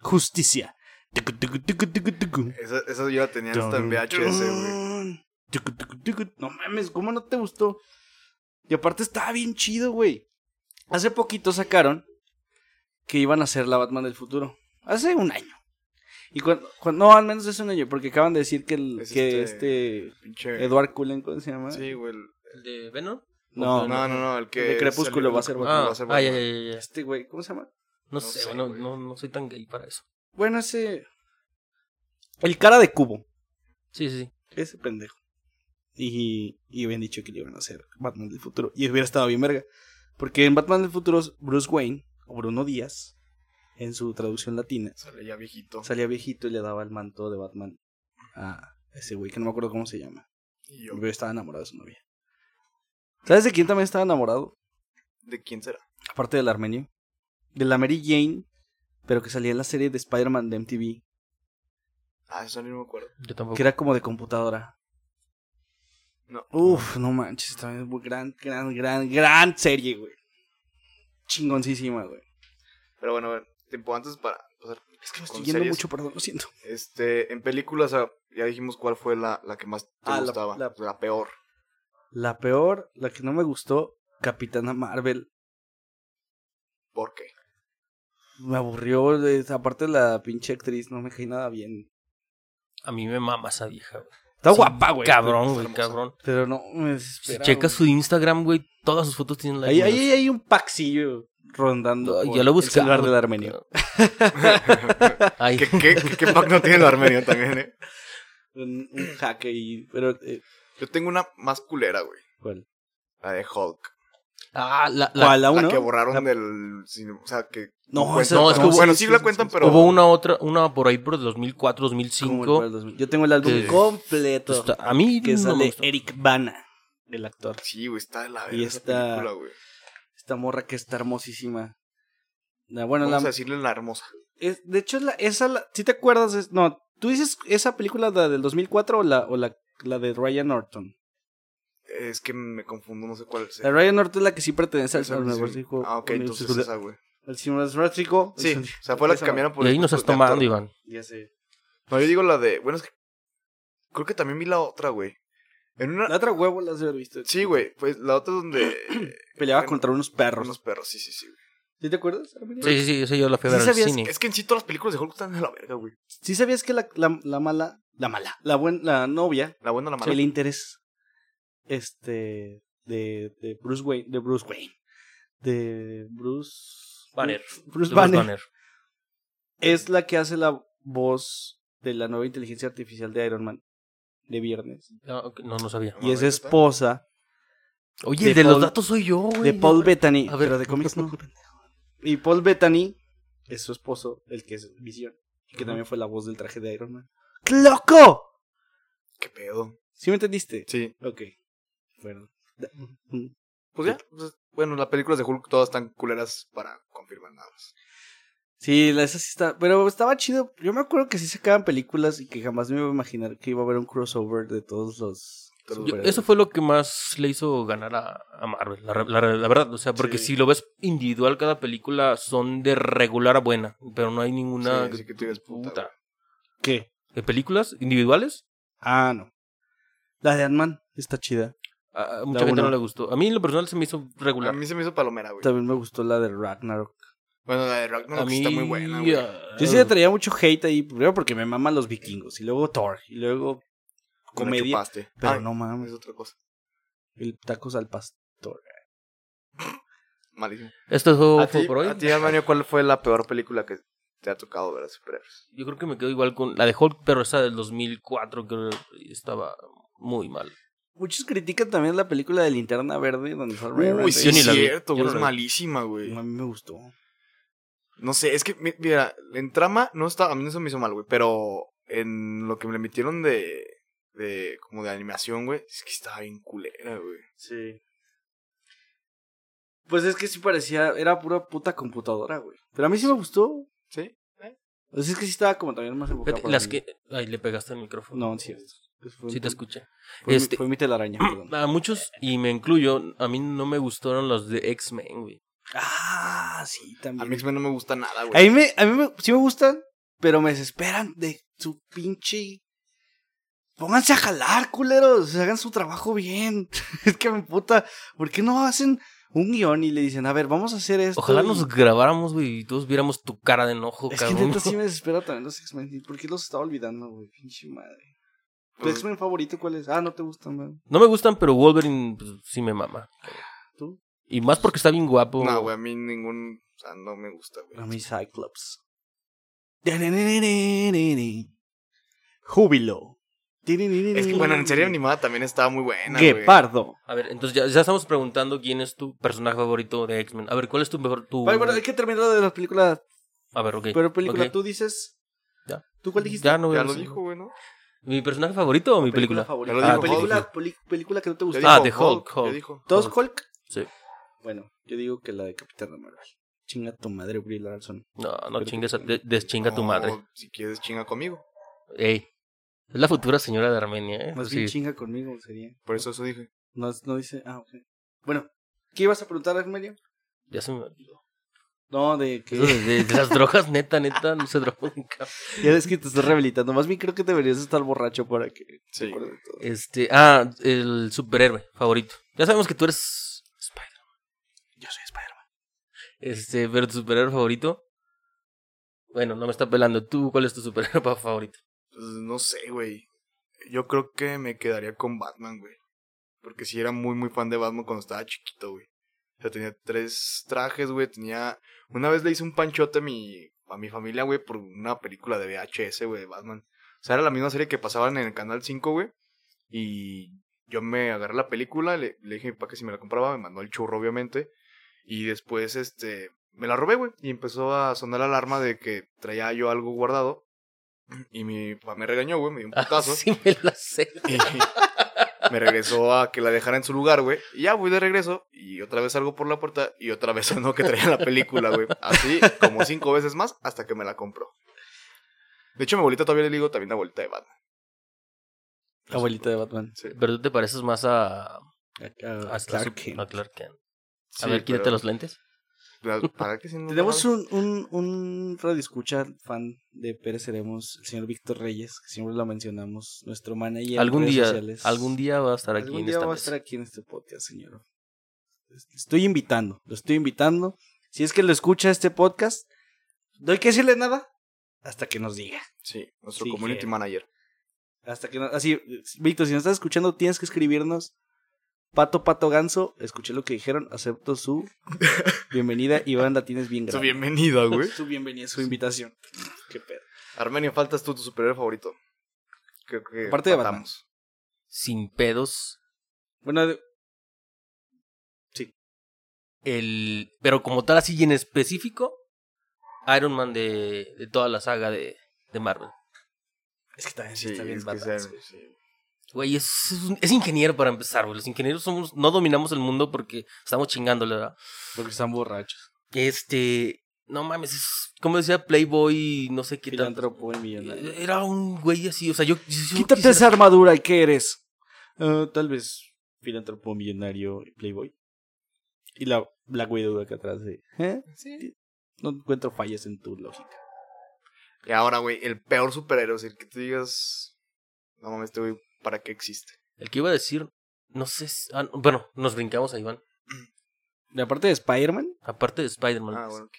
A: Justicia. Tucu, tucu, tucu, tucu, tucu.
B: Esa, esa yo la tenía hasta en VHS, güey.
A: Tucu, tucu, tucu. No mames, ¿cómo no te gustó? Y aparte estaba bien chido, güey. Hace poquito sacaron que iban a hacer la Batman del futuro. Hace un año. Y cuando, cuando- no, al menos es un año, porque acaban de decir que, el,
B: Es
A: que este,
B: este- Pinche...
A: Edward Cullen, ¿cómo se llama?
B: Sí, güey. el-
C: ¿El de Venom?
A: No,
B: ¿eh? No, no, no, el que...
A: El de Crepúsculo
B: salió-
A: va a ser
B: Crepúsculo
C: Ah,
B: va a ser
C: ah, ya,
B: Batman.
C: ya, ya, ya.
A: Este güey, ¿cómo se llama?
C: No,
B: No
C: sé,
B: sé,
C: güey, no,
B: güey.
C: no, no soy tan gay para eso.
A: Bueno, ese. El cara de cubo.
C: Sí, sí, sí.
A: Ese pendejo. Y, y habían dicho que le iban a hacer Batman del futuro. Y hubiera estado bien verga. Porque en Batman del futuro, Bruce Wayne, o Bruno Díaz, en su traducción latina,
B: Sale ya viejito.
A: salía viejito y le daba el manto de Batman a ese güey que no me acuerdo cómo se llama.
B: Y yo,
A: Yo estaba enamorado de su novia. ¿Sabes de quién también estaba enamorado?
B: ¿De quién será?
A: Aparte del armenio. De la Mary Jane, pero que salía en la serie de Spider-Man de MTV,
B: Ah, eso no me acuerdo.
C: Yo tampoco.
A: que era como de computadora.
B: No.
A: Uf, no manches, también es muy gran, gran, gran, gran serie, güey. Chingoncísima, güey.
B: Pero bueno, a ver, tiempo antes para pasar.
A: Es que me estoy
B: Con
A: yendo
B: series.
A: mucho, perdón, lo siento.
B: Este, en películas, ah, ya dijimos cuál fue la, la que más te
A: Ah, la-
B: gustaba.
A: la-
B: La, peor.
A: La peor, la que no me gustó, Capitana Marvel.
B: ¿Por qué?
A: Me aburrió, eh, aparte la pinche actriz, no me caí nada bien.
C: A mí me mama esa vieja, güey.
A: Está
C: Es un
A: guapa, güey.
C: Cabrón, güey,
B: hermosa.
C: cabrón.
A: Pero no, me
C: Si
A: desespera,
C: checas
A: güey.
C: su Instagram, güey, todas sus fotos tienen la
A: Ahí, ahí hay un paxillo rondando.
C: Ay,
A: por
C: ya lo
A: el
C: busqué.
A: celular del armenio.
C: Ay,
B: ¿Qué, qué, qué, qué pack no tiene el armenio también, eh?
A: Un, un hack ahí, pero... eh,
B: Yo tengo una más culera, güey.
A: ¿Cuál?
B: La de Hulk.
C: ah, la, la-
A: ¿Cuál? ¿La
B: La
A: uno?
B: que borraron
A: La-
B: del. cine, O sea, que.
A: No,
B: cuenta,
A: esa-
C: no, es que hubo-
B: Bueno, sí,
A: sí,
B: la
A: sí,
B: cuentan,
A: sí,
B: pero.
C: Hubo una otra, una por ahí por el 2004,
A: Como
C: 2005.
A: el para el 2000. Yo tengo el álbum
C: que-
A: completo.
C: Está- Pues a mí
A: que
C: no me
A: sale
C: gustó.
A: Eric Bana, el actor.
B: Sí, güey, está de la
A: Y
B: verga esa
A: esta-
B: película, güey.
A: Esta morra que está hermosísima. La- Bueno,
B: Vamos a
A: la,
B: decirle la hermosa.
A: es- de hecho, es la, esa, la- si te acuerdas, es- no, ¿tú dices esa película la del 2004 o la, o la, la de Ryan Norton?
B: Es que me confundo, no sé cuál es.
A: La de Ryan Norton es la que sí pertenece al
B: Esa-
A: al
B: sí.
A: universo.
B: Ah, ok, entonces
A: al-
B: esa, güey.
A: al cinematográfico.
B: Sí, o sea, fue la que cambiaron por.
C: y ahí
B: el-
C: nos
B: de
C: estás tomando,
B: actor.
C: Iván.
A: Ya sé.
B: No, yo digo la de. Bueno, es que. Creo que también vi la otra, güey. En una...
A: La otra huevo la has de haber visto.
B: Sí, güey. Pues la otra es donde...
A: Peleaba
B: Bueno.
A: contra unos perros.
B: unos perros, sí, sí, sí. güey.
A: ¿Sí te acuerdas? Armenia?
C: Sí, sí, sí, esa yo la fui a
A: ¿Sí
C: ver al
A: sabías
C: cine.
B: Es que en sí todas las películas de Hulk están de la verga, güey.
A: ¿Sí sabías que la, la- la mala, la mala, la buena, la novia,
B: La buena, la mala.
A: el interés, este, de, de Bruce Wayne, de Bruce Wayne, de Bruce
C: Banner.
A: Bruce,
C: Bruce
A: Banner,
C: Banner.
A: es la que hace la voz de la nueva inteligencia artificial de Iron Man de viernes
C: Ah, ok, No, no sabía.
A: y es
B: Mamá, ¿neta?
A: esposa
C: Oye,
A: De
C: el de los
A: Paul-
C: datos soy yo, güey.
A: de
C: no,
A: Paul
C: güey.
A: Bettany,
C: A ver.
A: pero de cómics no. Y Paul Bettany es su esposo, el que es Visión, que
C: Ajá.
A: también fue la voz del traje de Iron Man. ¡Loco!
B: ¿Qué pedo?
A: ¿Sí me entendiste?
B: Sí.
A: Ok. Bueno. Da- mm.
B: Pues ya. pues, bueno, las películas de Hulk todas están culeras para confirmar nada más.
A: Sí, la- esa sí está. Pero estaba chido. Yo me acuerdo que sí sacaban películas y que jamás me iba a imaginar que iba a haber un crossover de todos los.
B: Yo-
C: Yo-
A: superhéroes.
C: eso fue lo que más le hizo ganar a, a Marvel, la, re- la re- la verdad. O sea, porque
A: Sí.
C: si lo ves individual, cada película son de regular a buena, pero no hay ninguna.
B: Sí, así que tú digas, puta, güey.
A: ¿Qué?
C: ¿De películas individuales?
A: Ah, no. La de Ant-Man está chida.
C: A, a mucha gente
A: uno.
C: no le gustó. A mí, en lo personal, se me hizo
B: A
C: regular.
B: mí se me hizo palomera, güey.
A: También me gustó la de Ragnarok.
B: Bueno, la de Ragnarok
C: A
B: pues,
C: mí,
B: está muy buena, güey.
C: ah,
A: Yo sí le traía mucho hate ahí, primero porque me maman los vikingos, y luego Thor, y luego
B: Con la
A: comedia,
B: chupaste.
A: Pero
B: Ah,
A: no
B: Es
A: mames,
B: otra cosa.
A: el tacos al pastor.
B: Malísimo.
C: Esto es todo
B: ¿A
C: fue
B: ti,
C: por hoy.
B: a ti, Armanio, ¿cuál fue la peor película que te ha tocado ver a superhéroes?
C: Yo creo que me quedo igual con la de Hulk, pero esa del 2004 creo que estaba muy mal.
A: Muchos critican también la película de Linterna Verde, donde fue
B: Uy, sí,
C: yo ni
B: es
C: la vi.
B: cierto,
C: Yo
B: güey.
C: no
B: Es
C: la vi.
B: malísima, güey.
A: A mí me gustó.
B: No sé, es que, mi- mira, en trama no estaba, a mí no se me hizo mal, güey, pero en lo que me le metieron de, de, como de animación, güey, es que estaba bien culera, güey.
A: Sí. Pues es que sí parecía, era pura puta computadora, güey. Pero a mí sí me gustó.
B: ¿Sí?
A: O sea, es que sí estaba como también más enfocada.
C: Fíjate,
A: para
C: Las
A: mí.
C: que... Ay, le pegaste al micrófono.
A: No, es cierto. Fue,
C: Sí te escuché.
A: fue mi-
C: Este-
A: fue mi telaraña, perdón.
C: A muchos, y me incluyo, a mí no me gustaron los de X-Men, güey.
A: Ah, sí,
B: A
A: también.
B: mí X-Men no me gusta nada,
A: A
B: güey.
A: mí, me, a mí me- sí me gustan, pero me desesperan de su pinche. Pónganse a jalar, culeros. Hagan su trabajo bien. es que me puta. ¿Por qué no hacen un guión y le dicen, a ver, vamos a hacer esto?
C: Ojalá
A: y-
C: nos grabáramos, güey, y todos viéramos tu cara de enojo,
A: Es que
C: cabrón.
A: neta sí me desespera también los X-Men. ¿Por qué los estaba olvidando, güey? Pinche madre. ¿Tu
B: Pues-
A: X-Men favorito cuál es? Ah, no te gustan, güey.
C: No me gustan, pero Wolverine pues, sí me mama.
A: ¿Tú?
C: Y más porque está bien guapo.
B: No, güey, a mí ningún, o sea, no me gusta,
A: A
B: güey.
A: mí Cyclops. Júbilo.
B: Es que, bueno, en serie animada también estaba muy buena, güey.
A: Guepardo.
C: A ver, entonces ya, ya estamos preguntando quién es tu personaje favorito de X-Men. A ver, ¿cuál es tu mejor... Tu...
A: Bueno, bueno, hay que terminar de las películas.
C: A ver, ok.
A: Pero película,
C: ok.
A: tú dices.
C: Ya.
A: ¿Tú cuál dijiste?
C: Ya no voy a
B: Ya lo
C: decir.
B: dijo, güey, ¿no?
C: ¿Mi personaje favorito o mi película? Ah,
A: favorita.
B: Ya
C: lo dijo
A: película,
C: Hulk.
A: peli- película que no te
B: Ya
A: gusta.
C: Ah,
B: dijo
C: de Hulk,
B: ya
C: Hulk.
B: dijo.
A: ¿Todos
C: Hulk.
A: Hulk?
C: Sí.
A: Bueno, yo digo que la de Capitana Marvel. Chinga tu madre, Brie Larson.
C: No, no chingues, a- de- deschinga a tu
B: No,
C: madre.
B: Si quieres, chinga conmigo.
C: Ey. Es la futura señora de Armenia, ¿eh?
A: Más
C: Sí.
A: bien chinga conmigo sería.
B: Por eso eso dije.
A: No, es- no dice. Ah, ok. Bueno, ¿qué ibas a preguntar, Armelio?
C: Ya se me olvidó.
A: No, de
C: Eso
A: que.
C: de, de- de las drogas, neta, neta, no se drogó nunca.
A: ya ves que te estás rehabilitando. Más bien creo que deberías estar borracho para que.
B: Sí.
A: acuerdes de todo.
C: Este, ah, el superhéroe favorito. Ya sabemos que tú eres Spider-Man.
A: Yo soy Spider-Man.
C: Este, pero tu superhéroe favorito. Bueno, no me está pelando. ¿Tú cuál es tu superhéroe pa- favorito?
B: Pues, no sé, güey. Yo creo que me quedaría con Batman, güey. Porque sí era muy, muy fan de Batman cuando estaba chiquito, güey. O sea, tenía tres trajes, güey. Tenía. Una vez le hice un panchote a mi, a mi familia, güey, por una película de VHS, güey, de Batman. O sea, era la misma serie que pasaban en el Canal 5, güey. Y yo me agarré la película, le, le dije a mi papá que si me la compraba, me mandó el churro, obviamente. Y después, este, me la robé, güey. Y empezó a sonar la alarma de que traía yo algo guardado. Y mi papá me regañó, güey, me dio un
C: Ah,
B: putazo.
C: sí me la sé.
B: Y me regresó a que la dejara en su lugar, güey. Y ya voy de regreso. Y otra vez salgo por la puerta. Y otra vez sonó que traía la película, güey. Así como cinco veces más hasta que me la compró. De hecho, a mi abuelita todavía le digo también la abuelita de Batman.
A: Abuelita de Batman.
B: Sí.
C: Pero tú te pareces más a, a-
A: A,
C: a-
A: Clark Kent.
C: a Clark Kent. A
B: Sí,
C: ver, quítate
B: pero-
C: los lentes.
B: pues, ¿Para qué si no?
A: Tenemos un, un, un radio escucha fan de Pérez Seremos, el señor Víctor Reyes, que siempre lo mencionamos, nuestro manager. en
C: Algún
A: redes
C: día,
A: sociales.
C: algún día va a estar aquí
A: Algún
C: en
A: día
C: esta
A: va a
C: mesa.
A: estar aquí en este podcast, señor. Estoy invitando, lo estoy invitando. Si es que lo escucha este podcast, no hay que decirle nada hasta que nos diga.
B: Sí, nuestro
A: Sí,
B: community
A: que-
B: manager.
A: Hasta que no- así, Víctor, si nos estás escuchando, tienes que escribirnos. Pato, pato, ganso, escuché lo que dijeron, acepto su bienvenida. Iván, la tienes bien
B: Su
A: grande.
B: bienvenida, güey.
A: Su bienvenida, su invitación. Qué pedo.
B: Armenia, faltas tú, tu superhéroe favorito. Creo que
A: Aparte de
B: empatamos.
C: Sin pedos.
A: Bueno, de-
C: El, pero como tal, así y en específico, Iron Man de, de toda la saga de, de Marvel.
A: es que también sí,
B: Sí,
A: está bien
B: es que
A: badass,
B: sea-
A: güey.
B: sí.
C: Güey, es, es un- es ingeniero para empezar, güey. Los ingenieros somos, no dominamos el mundo porque estamos chingándole, ¿verdad?
A: Porque están borrachos.
C: Este, no mames, es como decía Playboy, no sé qué tanto.
A: Filántropo y millonario.
C: Era un güey así, o sea, yo. yo
A: Quítate
C: quisiera-
A: esa armadura y qué eres. "Ah, tal vez filántropo millonario y playboy. Y la Black Widow acá atrás de. "¿Eh? No encuentro fallas en tu lógica.
B: Y ahora, güey, el peor superhéroe, es el que tú digas. No mames, este güey, ¿para qué existe?
C: El que iba a decir, no sé. si- ah, bueno, nos brincamos a Iván.
A: Y aparte de Spider-Man,
C: Aparte de Spider-Man.
B: Ah,
C: pues,
B: bueno, ok.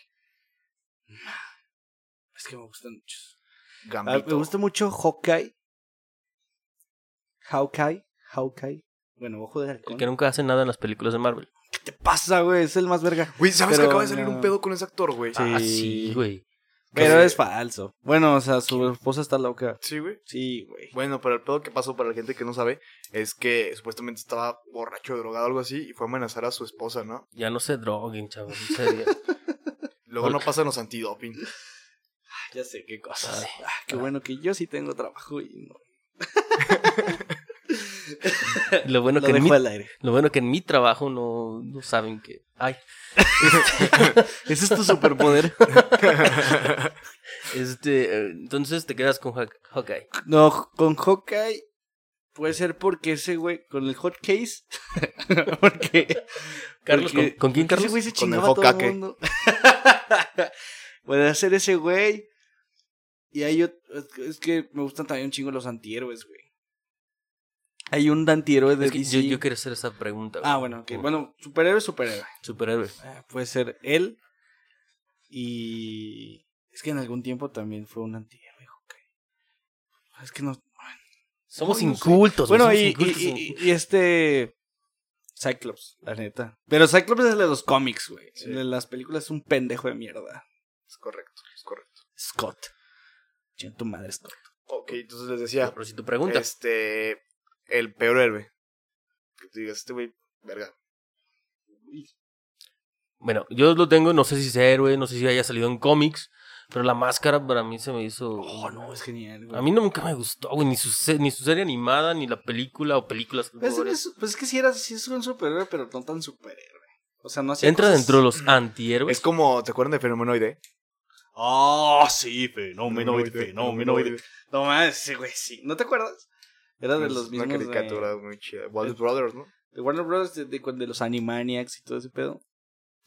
A: es que me gustan muchos. Ah,
B: Gambito.
A: me gusta mucho Hawkeye. Hawkeye. Hawkeye. Bueno, ojo de
C: El
A: halcón.
C: que nunca hace nada en las películas de Marvel.
A: ¿Qué te pasa, güey? Es el más verga.
B: Güey, ¿sabes
A: Pero
B: que acaba de salir un
A: no.
B: pedo con ese actor, güey?
A: Sí.
C: Ah, sí, güey.
A: Pero
B: sí.
A: es falso. Bueno, o sea, su esposa está loca.
B: Sí, güey.
A: Sí, güey.
B: Bueno, pero el pedo que pasó para la gente que no sabe es que supuestamente estaba borracho, drogado, algo así, y fue a amenazar a su esposa, ¿no?
C: Ya no se droguen, chavos, en serio.
B: Luego
C: Ok.
B: no pasan los antidoping.
A: Ah, Ya sé qué cosas.
C: Ay,
A: Ah, qué bueno que yo sí tengo trabajo y no.
C: Lo bueno,
A: Lo
C: que en mi,
A: dejo al aire.
C: lo bueno que en mi trabajo no, no saben que. Ay,
A: Ese es tu superpoder.
C: este. eh, Entonces te quedas con Hawk- Hawkeye.
A: no, con Hawkeye puede ser porque ese güey, con el hot case. porque.
C: Carlos,
A: porque-
C: ¿con- con quién,
A: porque
C: Carlos?
A: Ese güey se
B: Con el
A: chingaba a todo el
B: Hawkeye.
A: mundo. puede ser ese güey. Y hay otro. Es que me gustan también un chingo los antihéroes, güey. Hay un antihéroe de
C: Es que yo,
A: DC.
C: yo quiero hacer esa pregunta.
A: Ah,
C: güey.
A: bueno, ok.
C: Como
A: Bueno, superhéroe, superhéroe.
C: Superhéroe.
A: Ah, Puede ser él. Y. Es que en algún tiempo también fue un antihéroe, Hawkeye. Es que no.
C: Somos
A: No, no sé.
C: incultos, güey,
A: Bueno,
C: somos
A: y,
C: incultos
A: y-
C: en-
A: y- y este. Cyclops, la neta. Pero Cyclops es el de los cómics, güey.
B: Sí.
A: El de las películas es un pendejo de mierda.
B: Es correcto, es correcto.
A: Scott. Chinga tu madre, Scott.
B: Ok, entonces les decía,
C: Pero si tu pregunta.
B: este, el peor héroe. Que tú digas, este güey, verga.
C: Bueno, yo lo tengo, no sé si sea héroe, no sé si haya salido en cómics, pero la máscara para mí se me hizo.
A: Oh, no, es genial, güey.
C: A mí nunca me gustó, güey, ni su, se- ni su serie animada, ni la película o películas. que
A: Pues,
C: hubo de-
A: es, pues es que si era, sí es un superhéroe, pero no tan superhéroe. O sea, no hacía
C: Entra
A: cosas-
C: dentro de los antihéroes.
B: Es como, ¿te acuerdan de Fenomenoide?
A: Ah, sí, fenomenoide, fenomenoide. No mames, sí, güey, sí. ¿No te acuerdas? Era de
B: Es
A: los
B: una
A: mismos. de- Eh,
B: caricatura muy chida. Warner Brothers, ¿no?
A: De Warner Bros. De, de, de los Animaniacs y todo ese pedo.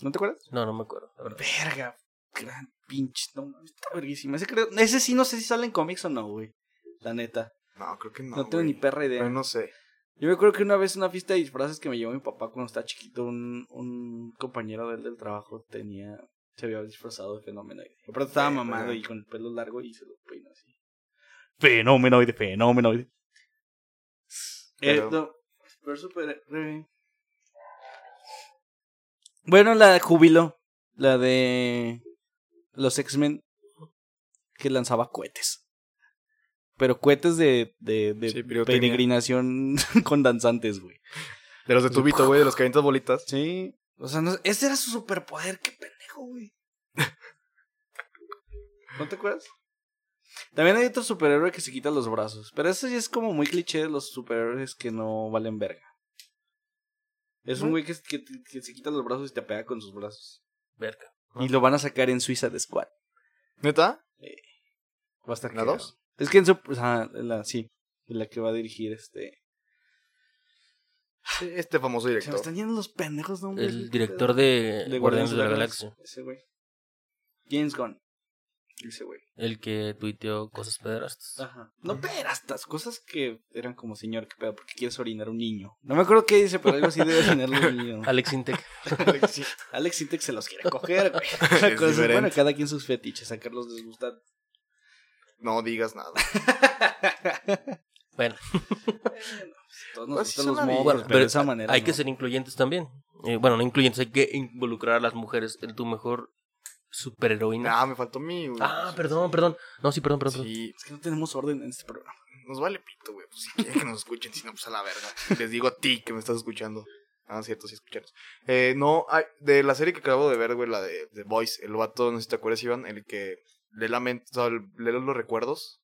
A: ¿No te acuerdas?
C: No, no me acuerdo. la verdad.
A: Verga, gran pinche. No mames, está verguísima. Ese, creo- ese sí, no sé si sale en cómics o no, güey. La neta.
B: No, creo que no.
A: No, tengo
B: güey.
A: ni Eh, perra idea.
B: Pero no sé.
A: Yo me acuerdo que una vez en una fiesta de disfraces que me llevó mi papá cuando estaba chiquito, un, un compañero de él del trabajo tenía. Se había disfrazado de fenomenoide. Pero estaba
B: Sí,
A: mamado
B: ajá.
A: y con el pelo largo y se lo peinó así. Fenomenoide, fenomenoide.
B: Pero-
A: Eh, no, pero super- eh. Bueno, la de Júbilo, la de los X-Men, que lanzaba cohetes. Pero cohetes de, de, de
B: Sí, pirotecnia.
A: peregrinación con danzantes, güey.
B: De los de tubito, güey, de los que avientas bolitas.
A: Sí. O sea, no- ese era su superpoder, qué pendejo, güey. ¿No te acuerdas? También hay otro superhéroe que se quita los brazos. Pero eso ya es como muy cliché de los superhéroes que no valen verga. Es un
B: Ujú.
A: güey que, que- que se quita los brazos y te pega con sus brazos.
C: Verga.
A: Y lo van a sacar en Suiza de Squad.
B: ¿Neta?
A: Va a estar
B: ¿La
A: cagado.
B: dos?
A: Es que en su. o sea, en la, sí. en La que va a dirigir este.
B: Este famoso
A: Se me
B: director.
A: están yendo los pendejos, ¿no?
C: El director de, Guardianes de la Galaxia.
A: Ese güey. James Gunn. Ese güey.
C: El que tuiteó cosas pederastas.
A: Ajá. No pederastas, cosas que eran como señor, qué pedo, porque quieres orinar un niño. No me acuerdo qué dice, pero algo así de orinarle a un niño.
C: Alex Intec.
B: Sí.
A: Alex Sintek se los quiere coger, güey.
B: Es
A: Cosas- bueno,
B: diferente.
A: cada quien sus fetiches, sacarlos les gusta.
B: No digas nada.
C: Bueno,
A: Todos
B: Pues
A: nos
B: sí
A: gustan
B: son
A: los
B: amigos,
A: móviles, pero
C: pero
A: de esa manera.
C: hay que
A: no.
C: ser incluyentes también. Eh, bueno, no incluyentes, hay que involucrar a las mujeres en tu mejor superheroína.
B: Ah, me faltó mi. güey.
C: Ah, perdón, perdón. No, sí, perdón, perdón. perdón.
B: Sí,
A: Es que no tenemos orden en este programa.
B: nos vale pito, güey. Pues, si quieren que nos escuchen, si no, pues a la verga. Les digo a ti que me estás escuchando. Ah, no es cierto, sí escucharos. Eh, no, ay, de la serie que acabo de ver, güey, la de The Voice, el vato, no sé si te acuerdas, Iván, el que le lamento, o sea, lee los recuerdos.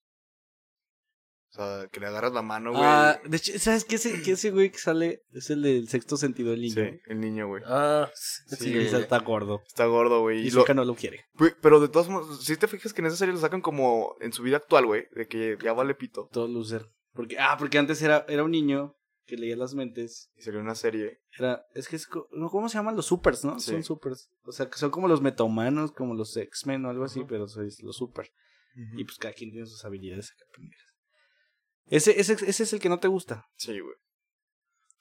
B: O sea, que le agarras la mano, güey.
A: Ah, de hecho, ¿sabes qué? Ese, que ese güey que sale es el del sexto sentido del niño.
B: Sí, el niño, güey.
C: Ah,
A: Ese
C: sí.
A: güey está gordo.
B: Está gordo, güey.
A: Y
B: Y
A: su
B: lo-
A: hija no lo quiere.
B: güey, Pero de todas formas, si te fijas que en esa serie lo sacan como en su vida actual, güey, de que ya vale pito.
A: Todo loser. Porque, ah, porque antes era, era un niño que leía las mentes.
B: Y salió una serie.
A: Era, es que es, co- no, ¿cómo se llaman los supers, no?
B: Sí.
A: Son supers. O sea, que son como los metahumanos, como los X-Men o algo así,
B: Ujú.
A: pero sois los super. Y pues cada quien tiene sus habilidades acá, pendejas. Ese, ese, ese es el que no te gusta.
B: Sí, güey.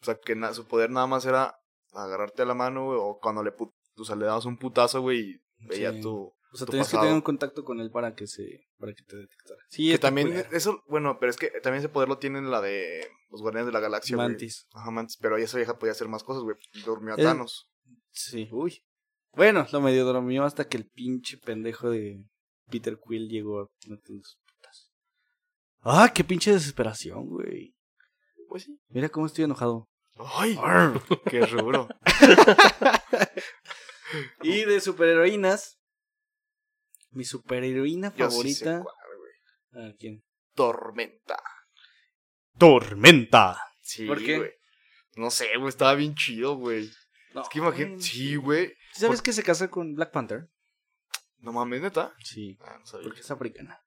B: O sea, que na- su poder nada más era agarrarte a la mano, güey, o cuando le, put- o sea, le dabas un putazo, güey, y veía
A: Sí.
B: tu...
A: O sea,
B: Tu
A: tenías que
B: pasado.
A: tener un contacto con él para que se, para que te detectara. Sí,
B: Que
A: está
B: también,
A: culero.
B: eso, bueno, pero es que también ese poder lo tienen la de los Guardianes de la Galaxia, güey.
A: Mantis. Eh.
B: Ajá, Mantis. Pero esa vieja podía hacer más cosas, güey. Durmió a
A: Es-
B: Thanos.
A: Sí. Uy. Bueno, lo medio dormió hasta que el pinche pendejo de Peter Quill llegó a meter sus putas. Ah, qué pinche desesperación, güey.
B: Pues sí.
A: Mira cómo estoy enojado.
B: ¡Ay! ¡Qué rubro!
A: Y de superheroínas. Mi superheroína
B: Yo sí sé
A: favorita.
B: cuál, güey.
A: ¿A quién?
B: Tormenta.
A: Tormenta.
B: Sí,
A: ¿Por qué?
B: güey. No sé, güey, estaba bien chido, güey.
A: No,
B: Es que imagínate,
A: güey.
B: sí, güey.
A: ¿Sabes que se casa con Black Panther?
B: No mames, neta.
A: Sí.
B: Ah, no sabía.
A: Porque es africana.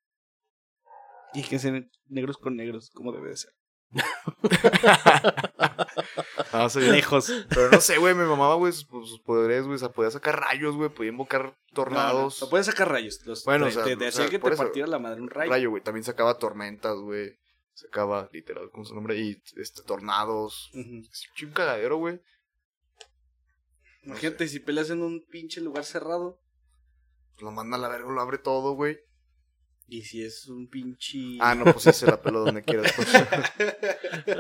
A: Y que ser negros con negros, como debe de ser.
B: Ah, no sabía.
A: Lejos.
B: Pero no sé, güey, me mamaba, güey, sus, pues, sus poderes, güey. O sea, podía sacar rayos, güey, podía invocar tornados.
A: No, no puedes sacar rayos. Los,
B: Bueno,
A: te,
B: o sea,
A: te- te
B: o
A: hacía
B: sea,
A: que
B: por
A: te
B: eso.
A: partiera la madre un rayo.
B: Rayo, güey. También sacaba tormentas, güey. Sacaba, literal, con su nombre, y este, tornados.
A: Ujú.
B: Es un chingo cagadero, güey. No
A: Imagínate si peleas en un pinche lugar cerrado.
B: Pues, Lo manda a la verga, lo abre todo, güey.
A: Y si es un pinche.
B: Ah, no, pues sí, se la peló donde quieras. pues.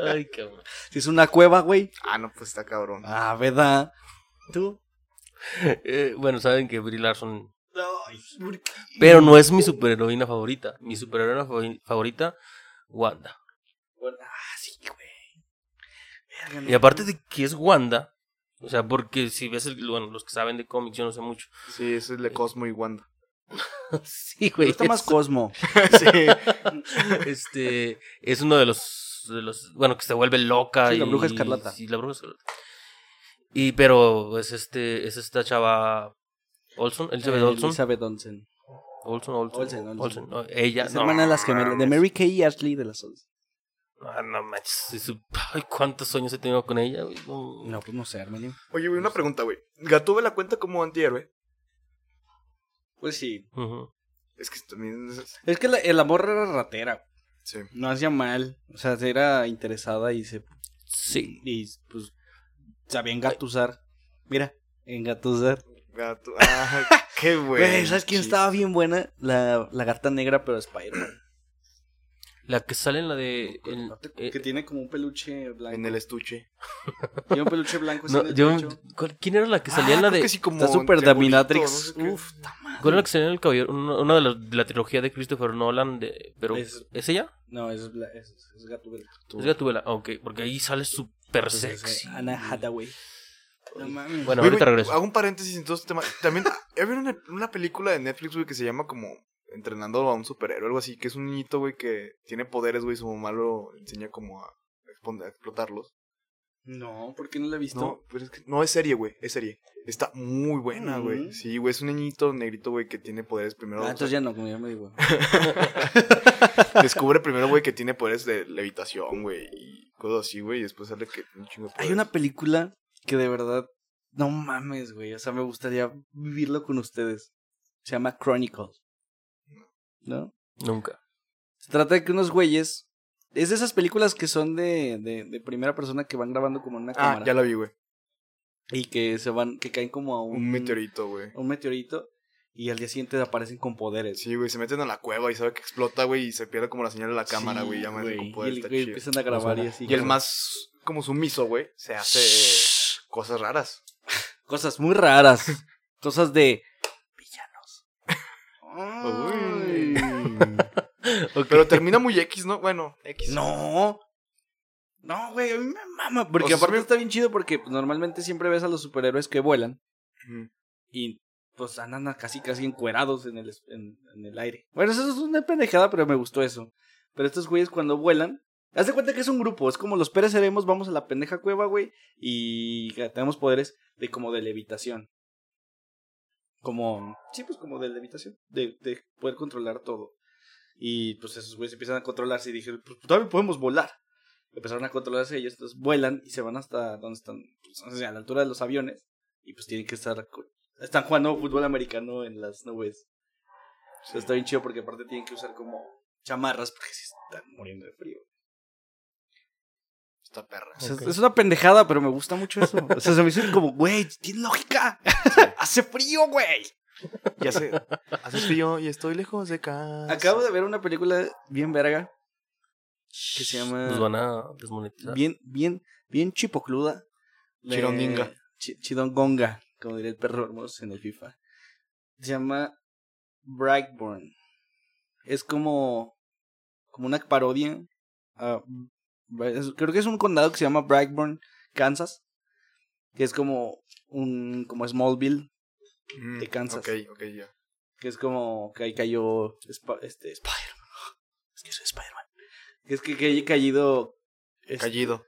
C: Ay, cabrón.
A: Si es una cueva, güey.
B: Ah, no, pues está cabrón.
A: Ah, ¿verdad? ¿Tú?
C: Eh, bueno, saben que Brie Larson.
A: Ay, ¿por qué?
C: Pero no es mi superheroína favorita. Mi superheroína favori- favorita, Wanda.
A: Bueno, ah, sí, güey. Verga, no.
C: Y aparte de que es Wanda, o sea, porque si ves, el, bueno, los que saben de cómics, yo no sé mucho.
B: Sí, ese
A: Eh.
B: es el de Cosmo y Wanda.
C: sí,
A: Me
C: güey.
A: gusta más
C: es-
A: Cosmo.
B: sí.
C: este es uno de los, de los bueno que se vuelve loca
A: Sí,
C: y
A: la Bruja Escarlata.
C: sí, la bruja escarlata y pero es este es esta chava Olson Elizabeth
A: Eh,
C: Olson
A: Elizabeth Olsen.
C: Olson Olson
A: Olsen, Olsen.
C: Olsen, no, ella
A: Es
C: no,
A: hermana de las gemelas. De
C: mames.
A: Mary Kay y Ashley de las Olsen.
C: Ah, no manches es su- ay, cuántos sueños he tenido con ella güey? No.
A: No, pues no sé, Armelio.
B: Oye, güey, una pregunta, güey. Gatú la cuenta como antihéroe.
A: Pues sí.
C: Ujú.
B: Es que también. es-
A: Es que la, la morra era ratera.
B: Sí.
A: No hacía mal. O sea, era interesada y se
C: sí
A: Y pues sabía engatusar. Mira, engatusar.
B: Gatú. Ah, qué güey.
A: Güey, ¿sabes quién
B: Sí.
A: estaba bien buena? La lagarta negra, pero Spider-Man.
C: la que sale en la de en- eh,
A: que tiene como un peluche blanco.
B: En el estuche.
A: Tiene un peluche blanco. así
C: no,
A: en el
C: yo-
A: pecho.
C: ¿cuál- quién era la que salía en la
B: Ah, creo
C: de
B: que sí, como
A: Está súper
B: triangulito,
A: Daminatrix.
B: no sé qué.
A: Uf, ta madre.
C: cuál era la que salía en el caballero una, una de, las- de la trilogía de Christopher Nolan de pero
A: Es-
C: es ella
A: No, es, bla- es, es Gatúbela.
C: Es Gatúbela, ah, ok, porque ahí sale súper
A: Pues, es,
C: sexy.
A: eh, Anna Hathaway. No mames.
C: Bueno,
B: Güey,
C: ahorita
B: güey,
C: regreso.
B: Hago un paréntesis en todo este tema. También había una, una película de Netflix, güey, que se llama como Entrenando a un superhéroe, algo así, que es un niñito, güey, que tiene poderes, güey, y su mamá lo enseña como a, expon- a explotarlos.
A: No, ¿por qué no la he visto?
B: No, pero es que, no, es serie, güey, es serie. Está muy buena, güey.
A: Mm.
B: Sí, güey, es un niñito negrito, güey, que tiene poderes primero.
A: Ah,
B: o sea,
A: entonces ya no, como ya me digo.
B: Descubre primero, güey, que tiene poderes de levitación, güey. Y cosas así, güey, y después sale que un chingo de
A: Hay una película que de verdad, no mames, güey. O sea, me gustaría vivirlo con ustedes. Se llama Chronicles. ¿No?
C: Nunca.
A: Se trata de que unos güeyes. Es de esas películas que son de, de, de primera persona que van grabando como en una
B: Ah,
A: cámara.
B: ya la vi, güey.
A: Y que se van, que caen como a un,
B: Un meteorito, güey.
A: a un meteorito. Y al día siguiente aparecen con poderes.
B: Sí, güey, se meten a la cueva y sabe que explota, güey, y se pierde como la señal de la cámara,
A: Sí,
B: güey. Ya me
A: Y
B: descompone,
A: el
B: está
A: güey
B: chido.
A: empiezan a grabar y
C: Vamos a
A: así.
B: Y el
A: como-
B: más como sumiso, güey, se hace eh, cosas raras.
A: Cosas muy raras. Cosas de. Villanos.
B: Uy.
A: Ay.
B: Pero termina muy X, ¿no? Bueno, X.
A: No. No, güey, a mí me mama. Porque
B: O sea,
A: aparte
B: sí me-
A: está bien chido porque pues, normalmente siempre ves a los superhéroes que vuelan
B: Ujú.
A: y pues andan a- casi casi encuerados en el, es- en, en el aire. Bueno, eso es una pendejada, pero me gustó eso. Pero estos güeyes cuando vuelan, haz de cuenta que es un grupo, es como los Pérez Seremos, vamos a la pendeja cueva, güey, y tenemos poderes de como de levitación. Como, sí, pues como de levitación, de, de poder controlar todo. Y pues esos güeyes empiezan a controlarse y dije, pues todavía podemos volar. Empezaron a controlarse ellos, entonces vuelan y se van hasta donde están, pues, o sea, a la altura de los aviones. Y pues tienen que estar, co- están jugando fútbol americano en las nubes. O sea, está bien chido porque aparte tienen que usar como chamarras porque se están muriendo de frío.
B: Esta perra.
A: O sea,
C: Ok.
A: Es una pendejada, pero me gusta mucho eso. O sea, se me hizo como, güey, tiene lógica. Hace frío, güey.
B: Ya sé. Hace frío y estoy lejos de casa.
A: Acabo de ver una película bien verga que se
C: Nos
A: llama
C: van a desmonetizar.
A: bien, bien, bien chipocluda. de-
B: Chirondinga.
A: Chi- Chidongonga, como diría el perro hermoso en el FIFA. Se llama Brightburn. Es como, como una parodia. a- es- creo que es un condado que se llama Brightburn, Kansas. Que es como un como Smallville,
B: Mm,
A: de Kansas.
B: Ok, ok, ya.
A: que es como que ahí cayó Sp- este, Spider-Man. Es que soy Spider-Man. Que es que, que haya caído. es-
B: Callido.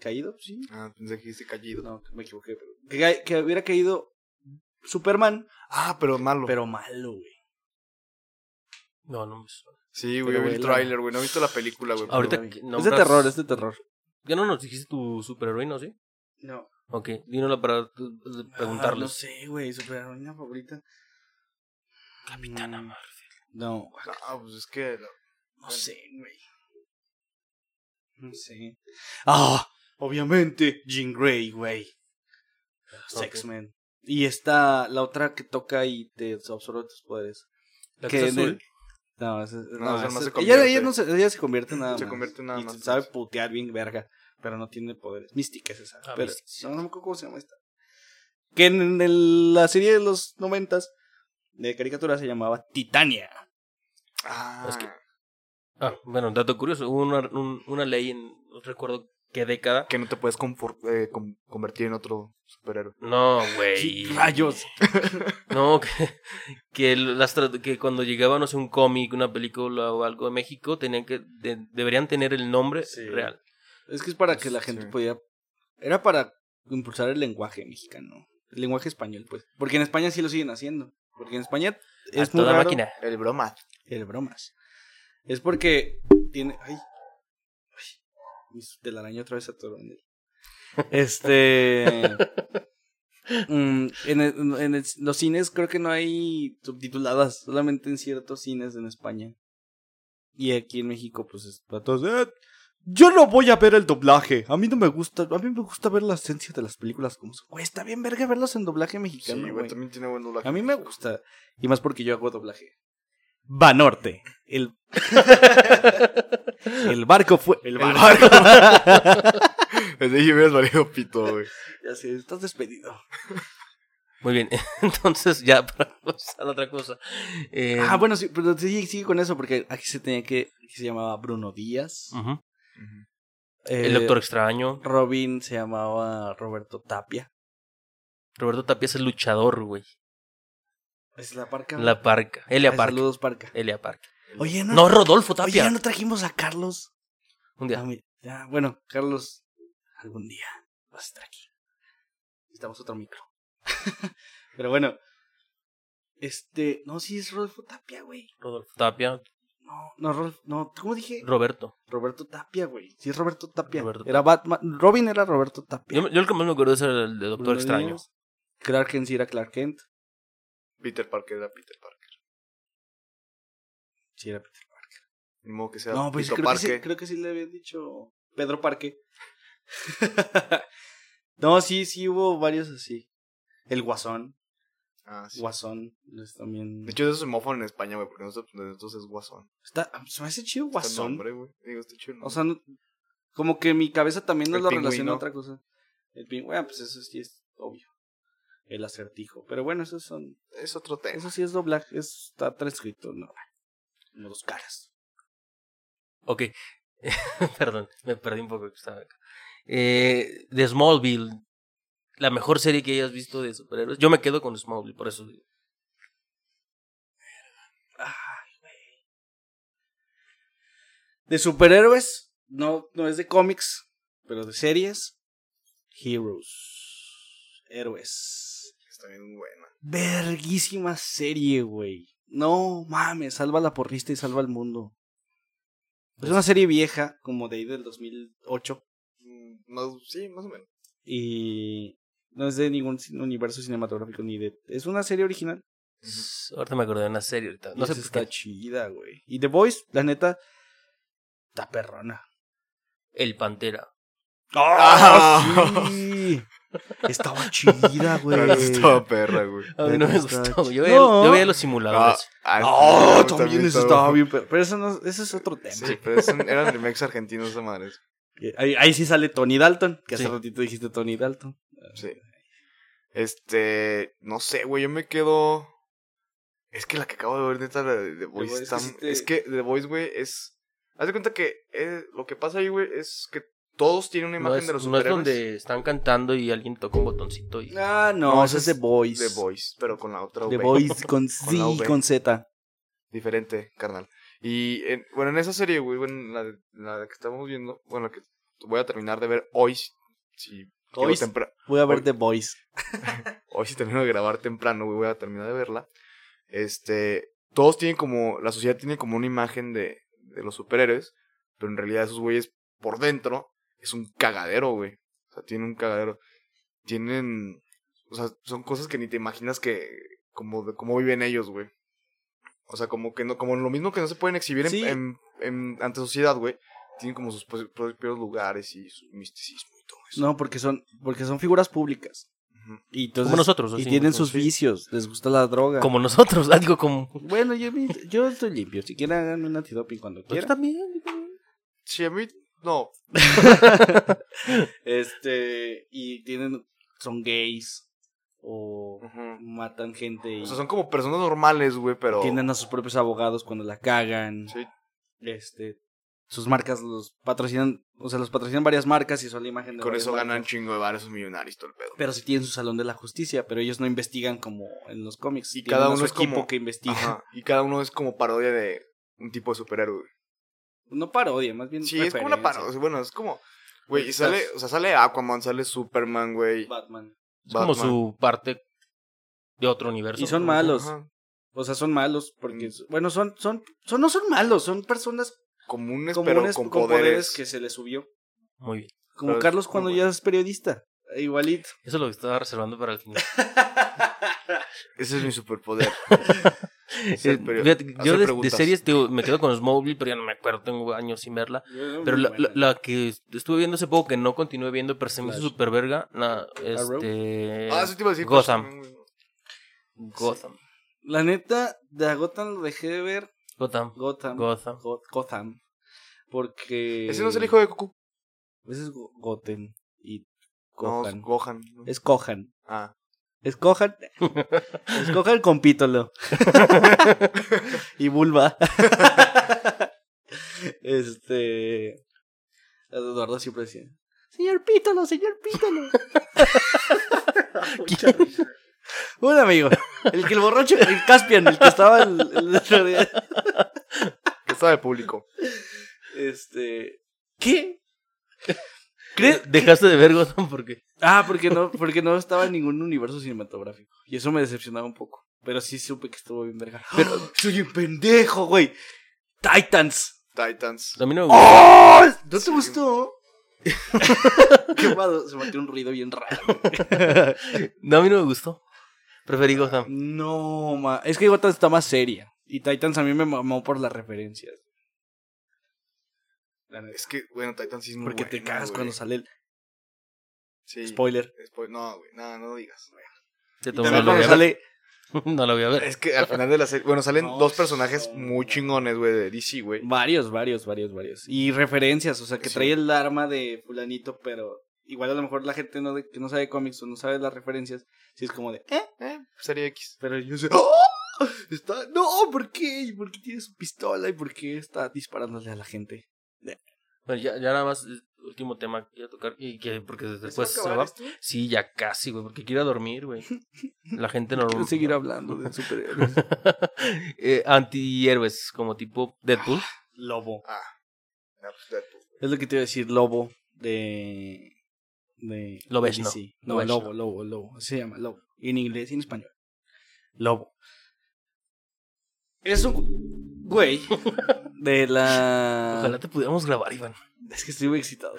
A: ¿Caído? Sí.
B: Ah, pensé que dijiste callido.
A: No, me equivoqué. pero- Que, ca- que hubiera caído Superman,
B: Ah, pero malo.
A: pero malo, güey.
C: No, no me suena.
B: sí, güey,
A: pero
B: vi el
A: vela.
B: tráiler, güey. No he visto la película, güey. pero-
C: Ahorita
A: Pero,
C: que
A: güey, Es de
C: nombras-
A: terror, es de terror.
C: Ya no nos dijiste tu superheroína, ¿sí?
A: No.
C: Ok, dínosla para tu-
A: Preguntarles. Ah, no
C: preguntarles.
A: sé, güey. Superheroína favorita.
C: Capitana
A: Mm,
C: Marvel.
A: No,
B: Ah, pues es que. la-
A: no sé, güey. No sé. Ah, obviamente, Jean Grey, güey.
C: Ok.
A: Sexman. Y está la otra que toca y te absorbe tus poderes.
C: La
A: Que
C: que es
A: en el-
C: azul.
A: No, esa-
B: esa no
A: esa-
B: se
A: ella,
B: convierte.
A: ella no se, ella se convierte nada
B: Se
A: más.
B: convierte nada
A: y
B: más.
A: se sabe putear bien verga, pero no tiene poderes. Mística es esa.
C: Ah,
A: pero,
C: Mística, sí.
A: no, no me acuerdo cómo se llama esta. Que en, el- la serie de los noventas de caricatura se llamaba Titania.
B: Ah,
C: Es que- Ah, bueno, dato curioso. Hubo una, un- una ley en. No recuerdo qué década.
B: que no te puedes confor- eh, com- convertir en otro superhéroe.
C: No, güey.
A: Rayos.
C: No, que, que, las tra- que cuando llegaba, no sé, un cómic, una película o algo de México, tenían que de- deberían tener el nombre
A: Sí.
C: real.
A: Es que es para que la gente
B: Sí.
A: pudiera. Era para impulsar el lenguaje mexicano. El lenguaje español, pues. Porque en España sí lo siguen haciendo. Porque en España es
C: a
A: muy
C: toda
A: raro
C: máquina.
B: El broma.
A: el bromas. Es porque tiene. Ay. Ay. la araña otra vez a todo Este. mm, en el- en el- los cines creo que no hay subtituladas. Solamente en ciertos cines en España. Y aquí en México, pues es para todos, "Eh, yo no voy a ver el doblaje. A mí no me gusta. A mí me gusta ver la esencia de las películas como son. Güey, está bien verga verlas en doblaje
B: Sí,
A: mexicano.
B: güey,
A: güey.
B: también tiene buen doblaje.
A: A mí me gusta. Y más porque yo hago doblaje. Banorte. El, el barco fue. El barco.
B: Desde ahí me has valido pito, güey.
A: Ya sé, estás despedido.
C: Muy bien, entonces ya para pasar a otra cosa. Eh,
A: Ah, bueno, sí, pero sigue, sigue con eso porque aquí se tenía que. Aquí se llamaba Bruno Díaz.
C: ujú.
A: Eh,
C: El Doctor Extraño.
A: Robin se llamaba Roberto Tapia.
C: Roberto Tapia es el luchador, güey.
A: Es la parca.
C: La Parca. Elia
A: Ay,
C: Parca.
A: Saludos, parca.
C: Elia Parca.
A: Oye, no.
C: No, Rodolfo
A: oye, ya
C: Tapia.
A: no trajimos a Carlos.
C: Un
A: Ah,
C: día.
A: mi- ya, bueno, Carlos, algún día vas a estar aquí. Necesitamos otro micro. Pero bueno. Este, no, sí es Rodolfo Tapia, güey.
C: Rodolfo Tapia.
A: No, no, Rolf, no, ¿cómo dije?
C: Roberto.
A: Roberto Tapia, güey. Sí, es Roberto Tapia.
C: Roberto
A: Era Batman. Robin era Roberto Tapia.
C: Yo, me- yo el que más me acuerdo es el de Doctor
A: Bruno
C: Extraño.
A: Díaz. Clark Kent sí era Clark Kent.
B: Peter Parker era Peter Parker.
A: Sí era
B: Ni modo que sea
A: No, pues
B: Pito
A: creo que, sí,
B: Parque.
A: creo que sí le habían dicho Pedro Parque. no, sí, sí hubo varios así. El Guasón.
B: Ah, sí.
A: Guasón. es también.
B: De hecho, eso es mofón en España, güey, porque nosotros nosotros es guasón.
A: Está, se me hace chido
B: Está el
A: Guasón.
B: nombre, güey. Digo, está chido el
A: O sea, no- como que mi cabeza también no
B: El
A: lo relaciona
B: pingüino.
A: a otra cosa. El pingüino, pues eso sí es obvio. El acertijo. Pero bueno, esos son.
B: nombre. es otro tema.
A: Eso sí es doblaje. es- Está transcrito, no. Como dos caras.
C: Ok. Perdón, me perdí un poco que estaba acá. Eh, de Smallville. La mejor serie que hayas visto de superhéroes. Yo me quedo con Smallville, por eso. digo.
A: Ay, güey. De superhéroes, no, no es de cómics, pero de series. Heroes. Héroes.
B: Está bien buena.
A: Verguísima serie, güey. No mames, salva la porrista y salva al mundo. Es una serie vieja, como de ahí del 2008.
B: Mm, más- sí, más o menos.
A: Y no es de ningún cin- universo cinematográfico ni de. Es una serie original.
C: S- Ahorita me acordé de una serie ahorita. No
A: No
C: sé
A: se
C: por
A: está
C: qué.
A: chida, güey. Y The Voice, la neta, está perrona.
C: El Pantera.
A: ¡Ah, sí! Estaba chida, güey.
B: Pero no estaba perra, güey.
C: A mí no me
A: Está
C: gustó.
A: ch-
C: Yo veía,
A: No.
C: yo veía los
B: Ah,
C: simuladores.
B: ah,
A: No,
B: está
A: oh, también eso
B: estaba-
A: estaba bien, pero, pero eso, no, eso es otro tema.
B: Sí, pero es un- eran remakes argentinos esa madre.
A: Que Ahí, ahí sí sale Tony Dalton, que hace
C: Sí.
A: ratito dijiste Tony Dalton.
B: Sí. Este, no sé, güey, yo me quedo. Es que la que acabo de ver, neta, la de The Voice
A: Voice,
B: está-
A: es que sí te-
B: Es que The Voice, güey, es. Haz de cuenta que eh, lo que pasa ahí, güey, es que todos tienen una
C: No
B: imagen
C: es,
B: de los
C: no es
B: superhéroes.
C: donde están cantando y alguien toca un botoncito y
A: Ah, no,
B: No,
A: eso es
B: ese
A: The
B: es
A: Voice.
B: The Voice, pero con la otra
A: The
B: V.
A: Voice con,
B: Con la
A: sí,
B: V.
A: con Z.
B: Diferente, carnal. Y en- bueno, en esa serie, güey, bueno, en la, de- la que estamos viendo, bueno, la que voy a terminar de ver hoy. si- Si llego
A: Hoy.
B: tempra-
A: Voy a ver
B: Hoy-
A: The Voice.
B: hoy si termino de grabar temprano, güey, voy a terminar de verla. Este, todos tienen como, la sociedad tiene como una imagen de, de los superhéroes, pero en realidad esos güeyes por dentro es un cagadero, güey. O sea, tienen un cagadero. Tienen, o sea, son cosas que ni te imaginas que, como, de cómo viven ellos, güey. O sea, como que no, como lo mismo que no se pueden exhibir en-
A: Sí.
B: en, en, ante sociedad, güey. Tienen como sus pro- propios lugares y su misticismo y todo eso.
A: No, porque son, porque son figuras públicas.
B: Ujú.
A: Y entonces,
C: como nosotros.
A: y
C: así,
A: tienen
C: sí.
A: sus vicios, les gusta la droga.
C: Como nosotros. Ah, digo, como.
A: Bueno, yo, yo estoy limpio. Si quieren, háganme un antidoping cuando
C: Yo
A: quieran.
C: también.
B: Sí, a mí, no,
A: Este, y tienen, son gays o
B: Ujú.
A: matan gente y
B: O sea, son como personas normales, güey, pero.
A: tienen a sus propios abogados cuando la cagan.
B: Sí,
A: Este, sus marcas los patrocinan, o sea, los patrocinan varias marcas y son la imagen de
B: con
A: varias
B: eso
A: marcas.
B: ganan chingo de varios millonarios, todo el pedo.
A: Pero sí tienen su salón de la justicia, pero ellos no investigan como en los cómics.
B: Y
A: Tienen
B: cada
A: a
B: uno
A: su
B: es
A: equipo
B: como-
A: que investiga.
B: Ajá, Y cada uno es como parodia de un tipo de superhéroe. güey.
A: No parodia, más bien.
B: Sí, es como una
A: referencia.
B: parodia. Bueno, es como. Güey, y
A: Estás-
B: sale, o sea, sale Aquaman, sale Superman, güey.
A: Batman.
C: Es como
B: Batman.
C: su parte de otro universo.
A: Y son
C: ¿no?
A: malos.
B: Ajá.
A: O sea, son malos porque,
B: Mm.
A: bueno, son, son, son, no son malos, son personas
B: Comunes, pero
A: comunes
B: con,
A: con poderes
B: poderes.
A: que se les subió.
C: Muy bien.
A: Como
B: Pero es
A: Carlos
B: muy
A: cuando
B: bueno.
A: ya es periodista. E Igualito.
C: Eso es lo que estaba reservando para el final.
B: Ese es mi superpoder. Ser
C: Eh,
B: perio-
C: fíjate,
B: hacer
C: yo de- de,
B: preguntas.
C: series digo, me quedo con Smallville, pero ya no me acuerdo, tengo años sin verla. Pero la, la- la que estuve viendo hace poco, que no continué viendo, pero se me hizo
A: Flash.
C: super verga. La,
A: Arrow.
C: este,
B: Ah, eso te iba a decir. pues,
C: Gotham. Gotham.
A: La neta, de Gotham lo dejé de ver.
C: Gotham.
A: Gotham.
C: Gotham.
A: Go- Gotham. Porque.
B: Ese no es el hijo de Goku.
A: Ese es Go- Goten. Y
B: No, es
A: Gohan.
B: Gohan.
A: es Cohan.
B: Ah.
A: Es Cohan. es Gohan con Pítolo. y Bulba. este. Eduardo siempre decía. Señor Pítolo, señor Pítolo. Mucha risa. Un amigo. El que el borracho, el Caspian, el que estaba el, el otro día.
B: Que estaba de público.
A: Este. ¿Qué? ¿Crees?
C: Dejaste de ver Gotham porque.
A: Ah, porque no, porque no estaba en ningún universo cinematográfico. Y eso me decepcionaba un poco. Pero sí supe que estuvo bien verga. Pero soy un pendejo, güey. Titans.
B: Titans.
C: A mí no me gusta.
A: ¡Oh! ¿No te
B: Sí.
A: gustó? Qué malo, se metió un ruido bien raro.
C: no, a mí no me gustó. Preferí Gotham.
A: Ah, No, ma. Es que Gotham está más seria. Y Titans a mí me mamó por las referencias. La neta.
B: Es que, bueno, Titans sí es muy
A: Porque te
B: buena,
A: cagas
B: güey.
A: cuando sale el
B: Sí.
A: spoiler.
B: Spoil- No, güey, no, no digas.
C: Te
A: Y
C: tomo
A: también cuando
C: la logra.
A: sale
C: No la voy a ver.
B: Es que al final de la serie, bueno, salen
A: No,
B: dos personajes
A: son-
B: muy chingones, güey, de DC, güey.
A: varios, varios, varios, varios. Y referencias, o sea, que
B: Sí.
A: trae el arma de fulanito, pero igual a lo mejor la gente no de- que no sabe cómics o no sabe las referencias, si es como de, ¿eh?
B: Eh, serie X.
A: Pero yo sé, ¡Oh! Está, no, ¿por qué? ¿Y por qué tiene su pistola? ¿Y por qué está disparándole a la gente?
C: Bueno, ya, ya nada más, eh, último tema que quiero tocar. Y que, porque después se va.
A: este.
C: Sí, ya casi, güey, porque quiero ir a dormir, güey. La gente no
A: Quiero seguir hablando de superhéroes.
C: Eh, antihéroes, como tipo Deadpool.
A: Lobo.
B: Ah. No, pues, Deadpool.
A: Es lo que te iba a decir, Lobo de. de
C: Lobezno.
A: de DC. No,
C: Lobezno.
A: Lobo, Lobo, Lobo. Así se llama, Lobo. En inglés y en español. Lobo. Es un güey de
B: Ah.
A: la.
C: Ojalá te pudiéramos grabar, Iván.
A: Es que estoy muy excitado.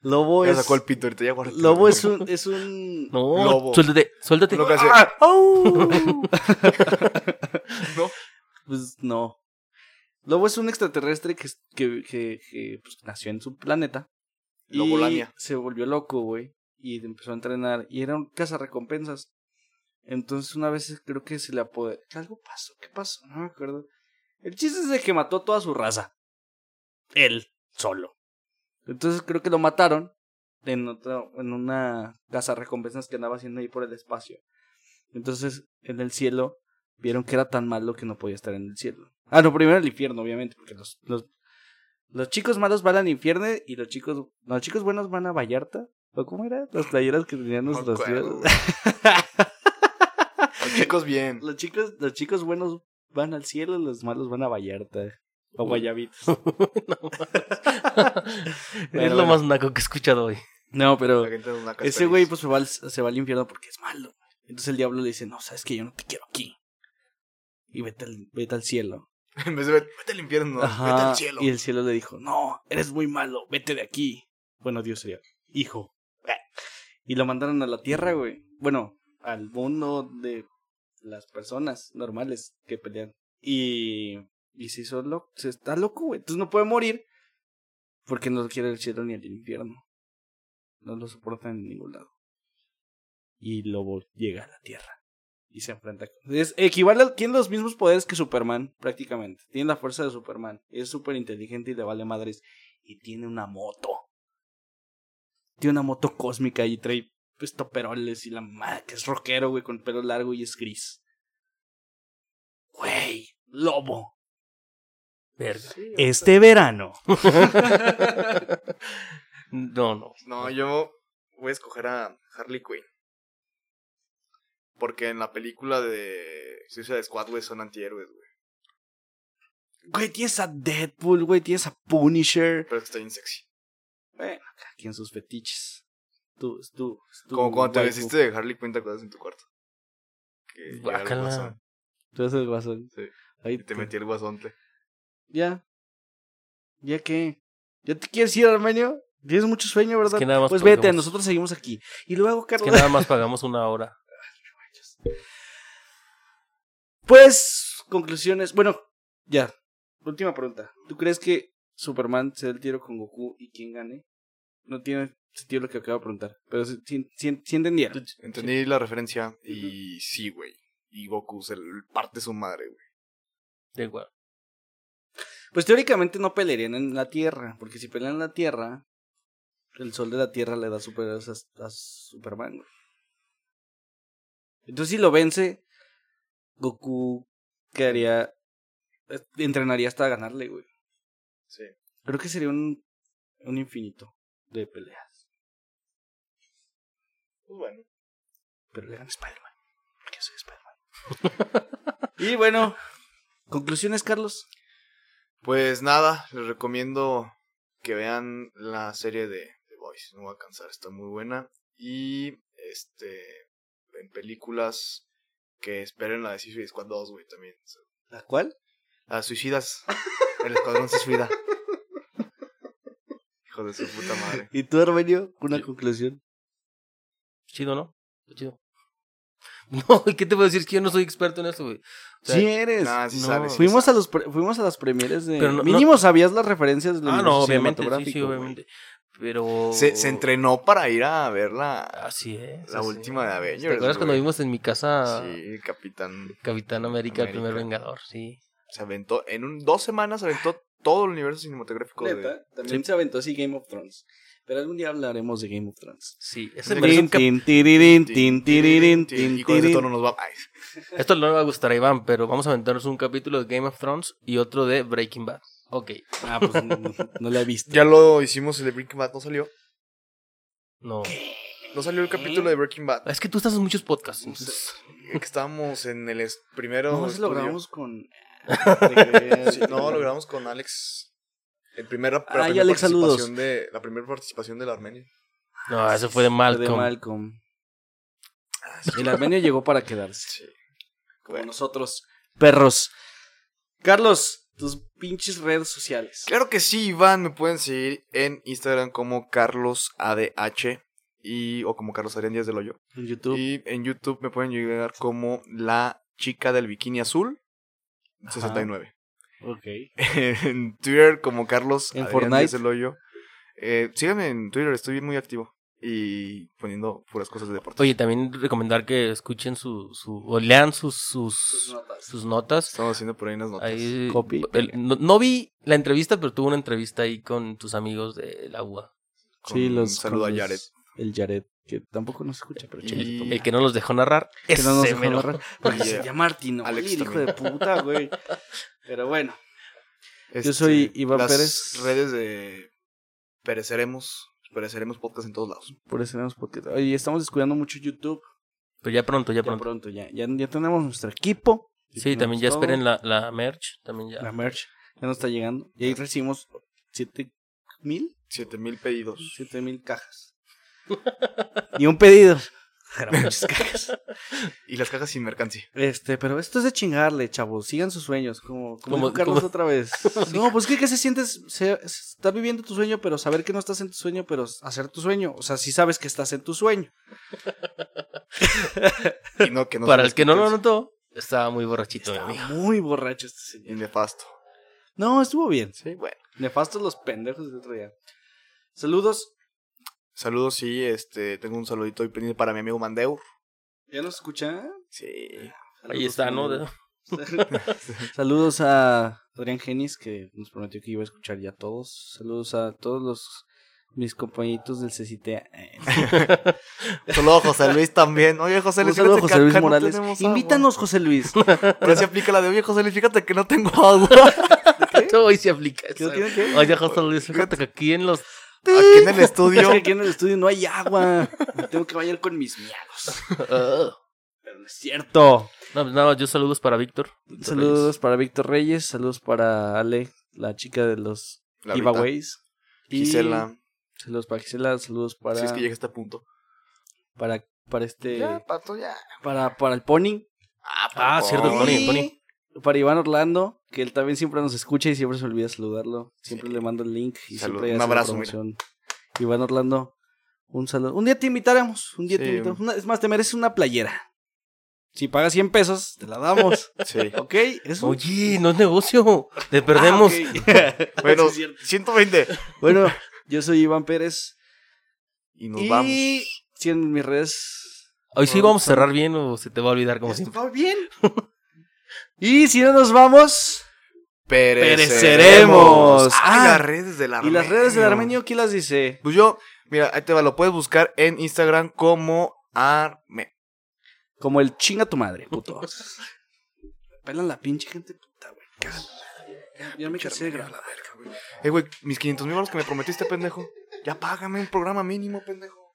A: Lobo
B: Ya
A: es.
B: sacó el pito ahorita, ya guarda.
A: Pues, Lobo es un. Es un...
C: No,
B: Lobo.
C: suéltate, suéltate.
B: Lo que hace-
A: ¡Ah! ¡Au!
B: ¿No?
A: Pues no. Lobo es un extraterrestre que, es- que, que- que, pues, nació en su planeta.
B: Lobolania.
A: Y se volvió loco, güey. Y empezó a entrenar. Y era un cazarrecompensas. Entonces una vez creo que se le apoderó. Algo pasó, ¿qué pasó? No me acuerdo. El chiste es de que mató a toda su raza. Él, solo. Entonces creo que lo mataron en, otra, en una cazarrecompensas que andaba haciendo ahí por el espacio. Entonces en el cielo vieron que era tan malo que no podía estar en el cielo. Ah, no, primero el infierno, obviamente, porque los, los, los chicos malos van al infierno y los chicos, no, los chicos buenos van a Vallarta. ¿O cómo era? Las playeras que tenían
B: No
A: nuestros tíos.
B: acuerdo, güey. Los chicos bien.
A: Los chicos, los chicos buenos van al cielo, los malos van a Vallarta. O Guayabitos.
C: es
A: Bueno,
C: lo
A: bueno.
C: más naco que he escuchado hoy.
A: No, pero
B: La gente es una casa
A: ese güey
B: feliz.
A: pues se va, al, se va al infierno porque es malo. Entonces el diablo le dice, no, sabes que yo no te quiero aquí. Y vete al, vete al cielo.
B: En vez de vete vete al infierno,
A: Ajá,
B: vete al cielo.
A: Y el cielo le dijo, no, eres muy malo, vete de aquí. Bueno, Dios sería, hijo. Y lo mandaron a la tierra, güey. Bueno, al mundo de las personas normales que pelean. Y, y se hizo loco, se está loco, güey. Entonces no puede morir porque no quiere el cielo ni el infierno. No lo soportan en ningún lado. Y Lobo llega a la tierra y se enfrenta. con- Es, equivale al tiene los mismos poderes que Superman, prácticamente. Tiene la fuerza de Superman. Es súper inteligente y le vale madres. Y tiene una moto. Tiene una moto cósmica y trae estoperoles y la madre que es rockero, güey, con pelo largo y es gris. Güey, lobo.
C: Verga.
A: Este verano.
C: no, no.
B: No, yo voy a escoger a Harley Quinn. Porque en la película de Suicide Squad, güey, son antihéroes, güey.
A: Güey, tienes a Deadpool, güey, tienes a Punisher.
B: Pero está bien sexy.
A: Bueno, cada quien sus fetiches. Tú, tú, tú.
B: Como cuando te
A: waifu.
B: vestiste de Harley Quinn, te acuerdas en tu cuarto. Que llega el
C: Guácala.
B: guasón.
A: Tú eres el guasón.
B: Sí.
A: Ahí
B: Y te metí el guasonte.
A: Ya. ¿Ya qué? ¿Ya te quieres ir, Armenio? Tienes mucho sueño, ¿verdad?
C: que nada más
A: pues vete,
C: pagamos.
A: nosotros seguimos aquí. Y luego,
C: Es que
B: Pues-
A: Carlos.
C: nada más pagamos una hora.
A: Pues, conclusiones. Bueno, ya. Última pregunta. ¿Tú crees que Superman se dé el tiro con Goku y quién gane? No tiene sentido lo que acabo de preguntar. Pero si, si, si- si entendieron.
B: Entendí la referencia y sí, güey. Y Goku se le parte su madre, güey.
C: Da igual.
A: Pues teóricamente no pelearían en la Tierra. Porque si pelean en la Tierra, el sol de la Tierra le da superhéroes a, a Superman. güey. Entonces, si lo vence, Goku quedaría. eh, Entrenaría hasta ganarle, güey.
B: Sí.
A: Creo que sería un, un infinito de peleas.
B: Pues bueno.
A: Pero le gana Spider-Man. Porque soy Spider-Man. y bueno, conclusiones, Carlos.
B: Pues nada, les recomiendo que vean la serie de The Boys. No va a cansar, está muy buena. Y este en películas que esperen la de Suicide Squad 2, güey, también.
A: ¿La cual?
B: A suicidas. El escuadrón se suicida. Hijo de su puta madre.
A: ¿Y tú, Armenio? ¿Una
C: Yo-
A: conclusión?
C: Chido, ¿no? Está chido. No, ¿y ¿qué te puedo decir? Es que yo no soy experto en eso, güey. O sea,
A: sí eres.
B: Nah, sí
C: no.
B: sabes. sí
A: fuimos, a los pre- fuimos a las premieres de...
C: Pero no-
A: Mínimo sabías las referencias del
C: Ah,
A: universo
C: no, obviamente, sí, sí,
A: cinematográfico, güey.
C: obviamente. Pero...
B: Se, se entrenó para ir a ver la,
C: Así es.
B: la
C: así
B: última de
C: es.
B: Avengers.
C: ¿Te acuerdas cuando
B: güey?
C: vimos en mi casa
B: Sí, el Capitán
C: Capitán América, el primer
B: América.
C: Vengador? Sí.
B: se aventó. En un, dos semanas se aventó todo el universo cinematográfico. de-
A: Neta, también
C: Sí.
A: se aventó así Game of Thrones. Pero algún día hablaremos de Game of Thrones.
C: Sí. Ese me parece
A: Tin,
C: un cap-
A: tin, tiririn, tin, tiririn, tin,
B: Y con ese
A: tiririn.
B: tono nos va. Ay,
C: Esto no le va a gustar a Iván, pero vamos a aventarnos un capítulo de Game of Thrones y otro de Breaking Bad. Ok.
A: Ah, pues no, no- no la he visto.
B: ya lo hicimos el de Breaking Bad, no salió.
C: No.
B: No salió el
A: ¿Eh?
B: capítulo de Breaking Bad.
C: Es que tú estás en muchos podcasts. entonces-
B: Que estábamos en el es- primero.
A: No, eso lo
B: estudio.
A: grabamos con... eh,
B: Sí, no, lo grabamos con Alex. El primera, la
A: Ay,
B: primera
A: Alex, saludos.
B: participación de la primera participación del Armenia.
C: No, Ah, ese fue de
A: Malcolm.
C: Malcolm. Ah,
A: De Malcolm. El armenio llegó para quedarse.
B: Sí.
A: Como
B: Bueno.
A: nosotros, perros. Carlos, tus pinches redes sociales.
B: Claro que sí, Iván. Me pueden seguir en Instagram como Carlos ADH y, o como Carlos Adrián Díaz del Hoyo.
A: En YouTube.
B: Y en YouTube me pueden llegar como La Chica del Bikini Azul 69.
A: Ok.
B: En Twitter como Carlos
A: En
B: Adrián
A: Fortnite.
B: Díaz del Hoyo. Eh, síganme en Twitter, estoy muy activo y poniendo puras cosas de deporte.
C: Oye, también recomendar que escuchen su, su o lean sus, sus, sus notas.
B: Estamos haciendo por ahí unas notas.
C: Ahí,
A: Copy.
C: el- no, no vi la entrevista, pero tuve una entrevista ahí con tus amigos de la UA.
B: Con
A: Sí,
B: un
A: los.
B: saludo
A: con
B: a
A: los-
B: Jared.
A: El Jared, que tampoco nos escucha, pero
B: Y-
A: chingue
C: El que no los dejó narrar.
A: que no nos
C: ese
A: dejó
C: mero.
A: narrar. Porque se
B: Yeah.
A: llama Artino,
B: Alex
A: Alex, hijo
B: también.
A: de puta, güey. Pero bueno,
B: Este,
A: soy Iván
B: las
A: Pérez.
B: redes de Pereceremos. Pereceremos podcast en todos lados.
A: por eso tenemos podcast. Oye, estamos descuidando mucho YouTube.
C: Pero ya pronto, ya
A: Ya
C: pronto.
A: pronto, ya, ya, ya tenemos nuestro equipo.
C: Sí, también ya
A: tenemos
C: esperen la, la merch. También
A: todo.
C: ya.
A: La merch ya nos está llegando. Y ahí recibimos 7 mil,
B: 7000 pedidos.
A: siete mil cajas. y un pedido. Eran muchas cajas.
B: Y las cajas sin mercancía.
A: Este, pero esto es de chingarle, chavos. Sigan sus sueños, como, como,
C: Como-
A: dijo Carlos
C: como-
A: otra vez. No, pues que, que se sientes, se, se- estás viviendo tu sueño, pero saber que no estás en tu sueño, pero hacer tu sueño. O sea, sí sabes que estás en tu sueño.
B: Y no, que no
C: Para
B: son
C: el que no lo
B: escritos.
C: notó, estaba muy borrachito, mi
A: Estaba
C: amigo.
A: muy borracho este señor.
B: Y nefasto.
A: No, estuvo bien.
B: Sí, bueno.
A: Nefastos los pendejos del otro día. Saludos.
B: Saludos, sí, este, tengo un saludito hoy pendiente para mi amigo Mandeur.
A: ¿Ya nos escuchan?
B: Sí.
C: Ahí está, ¿no?
A: Saludos a Adrián Genis, que nos prometió que iba a escuchar ya a todos. Saludos a todos los mis compañitos del CCTA. Eh,
B: Un saludo a José Luis también. Oye, José
A: Un
B: Luis,
A: saludo a
B: fíjate que
A: José Luis
B: acá no
A: Morales.
B: tenemos agua.
A: Invítanos, José Luis.
B: Pero sí aplica la de, oye, José Luis, fíjate que no tengo agua.
C: Hoy se aplica
A: ¿Qué
C: eso.
A: tiene que-
C: Oye, José Luis, fíjate que aquí en los...
B: Aquí en el
A: Es
B: estudio.
A: que aquí en el estudio no hay agua. Tengo que bañar con mis miagos. Pero no es cierto.
C: uh, No, pues nada, yo saludos para Víctor. Víctor
A: Saludos
C: Reyes.
A: para Víctor Reyes. Saludos para Ale, la chica de los
B: La Rita,
A: giveaways. Y
B: Gisela.
A: Saludos para Gisela. Saludos para.
B: Si es que llega a este punto.
A: para, para este.
B: Ya, pato, ya.
A: Para, para el Pony.
C: Ah, cierto, el Pony, el Pony.
A: Para Iván Orlando, que él también siempre nos escucha y siempre se olvida saludarlo. Siempre
B: Sí.
A: le mando el link y
B: Salud-
A: siempre
B: un
A: hace la
B: abrazo, mira.
A: promoción. Iván Orlando, un saludo. Un día te invitaremos, un día te
B: Sí.
A: invitamos. Una- es más, te mereces una playera. Si pagas 100 pesos, te la damos.
B: Sí.
A: ¿Ok? Eso.
C: Oye, no es negocio. Te perdemos.
A: Ah, ok.
B: Bueno,
A: Sí, es cierto.
B: 120.
A: bueno, yo soy Iván Pérez.
B: Y nos
A: y
B: vamos.
A: siguen mis redes.
C: Hoy sí vamos a cerrar bien o se te va a olvidar como siempre.
A: ¿Estuvo bien? y si no nos vamos... Pereceremos.
B: Pereceremos.
A: Ah,
B: Ah, las redes del
A: ¿Y
B: Armenio.
A: las redes del Armenio quién las dice?
B: Pues yo, mira, ahí te va, lo puedes buscar en Instagram como Arme.
A: Como el chinga tu madre, puto. Pelan la pinche gente puta, güey. Cágala. Ya- Ya me cansé de grabar.
B: Eh, güey, mis 500 mil dólares que me prometiste, pendejo. Ya págame un programa mínimo, pendejo.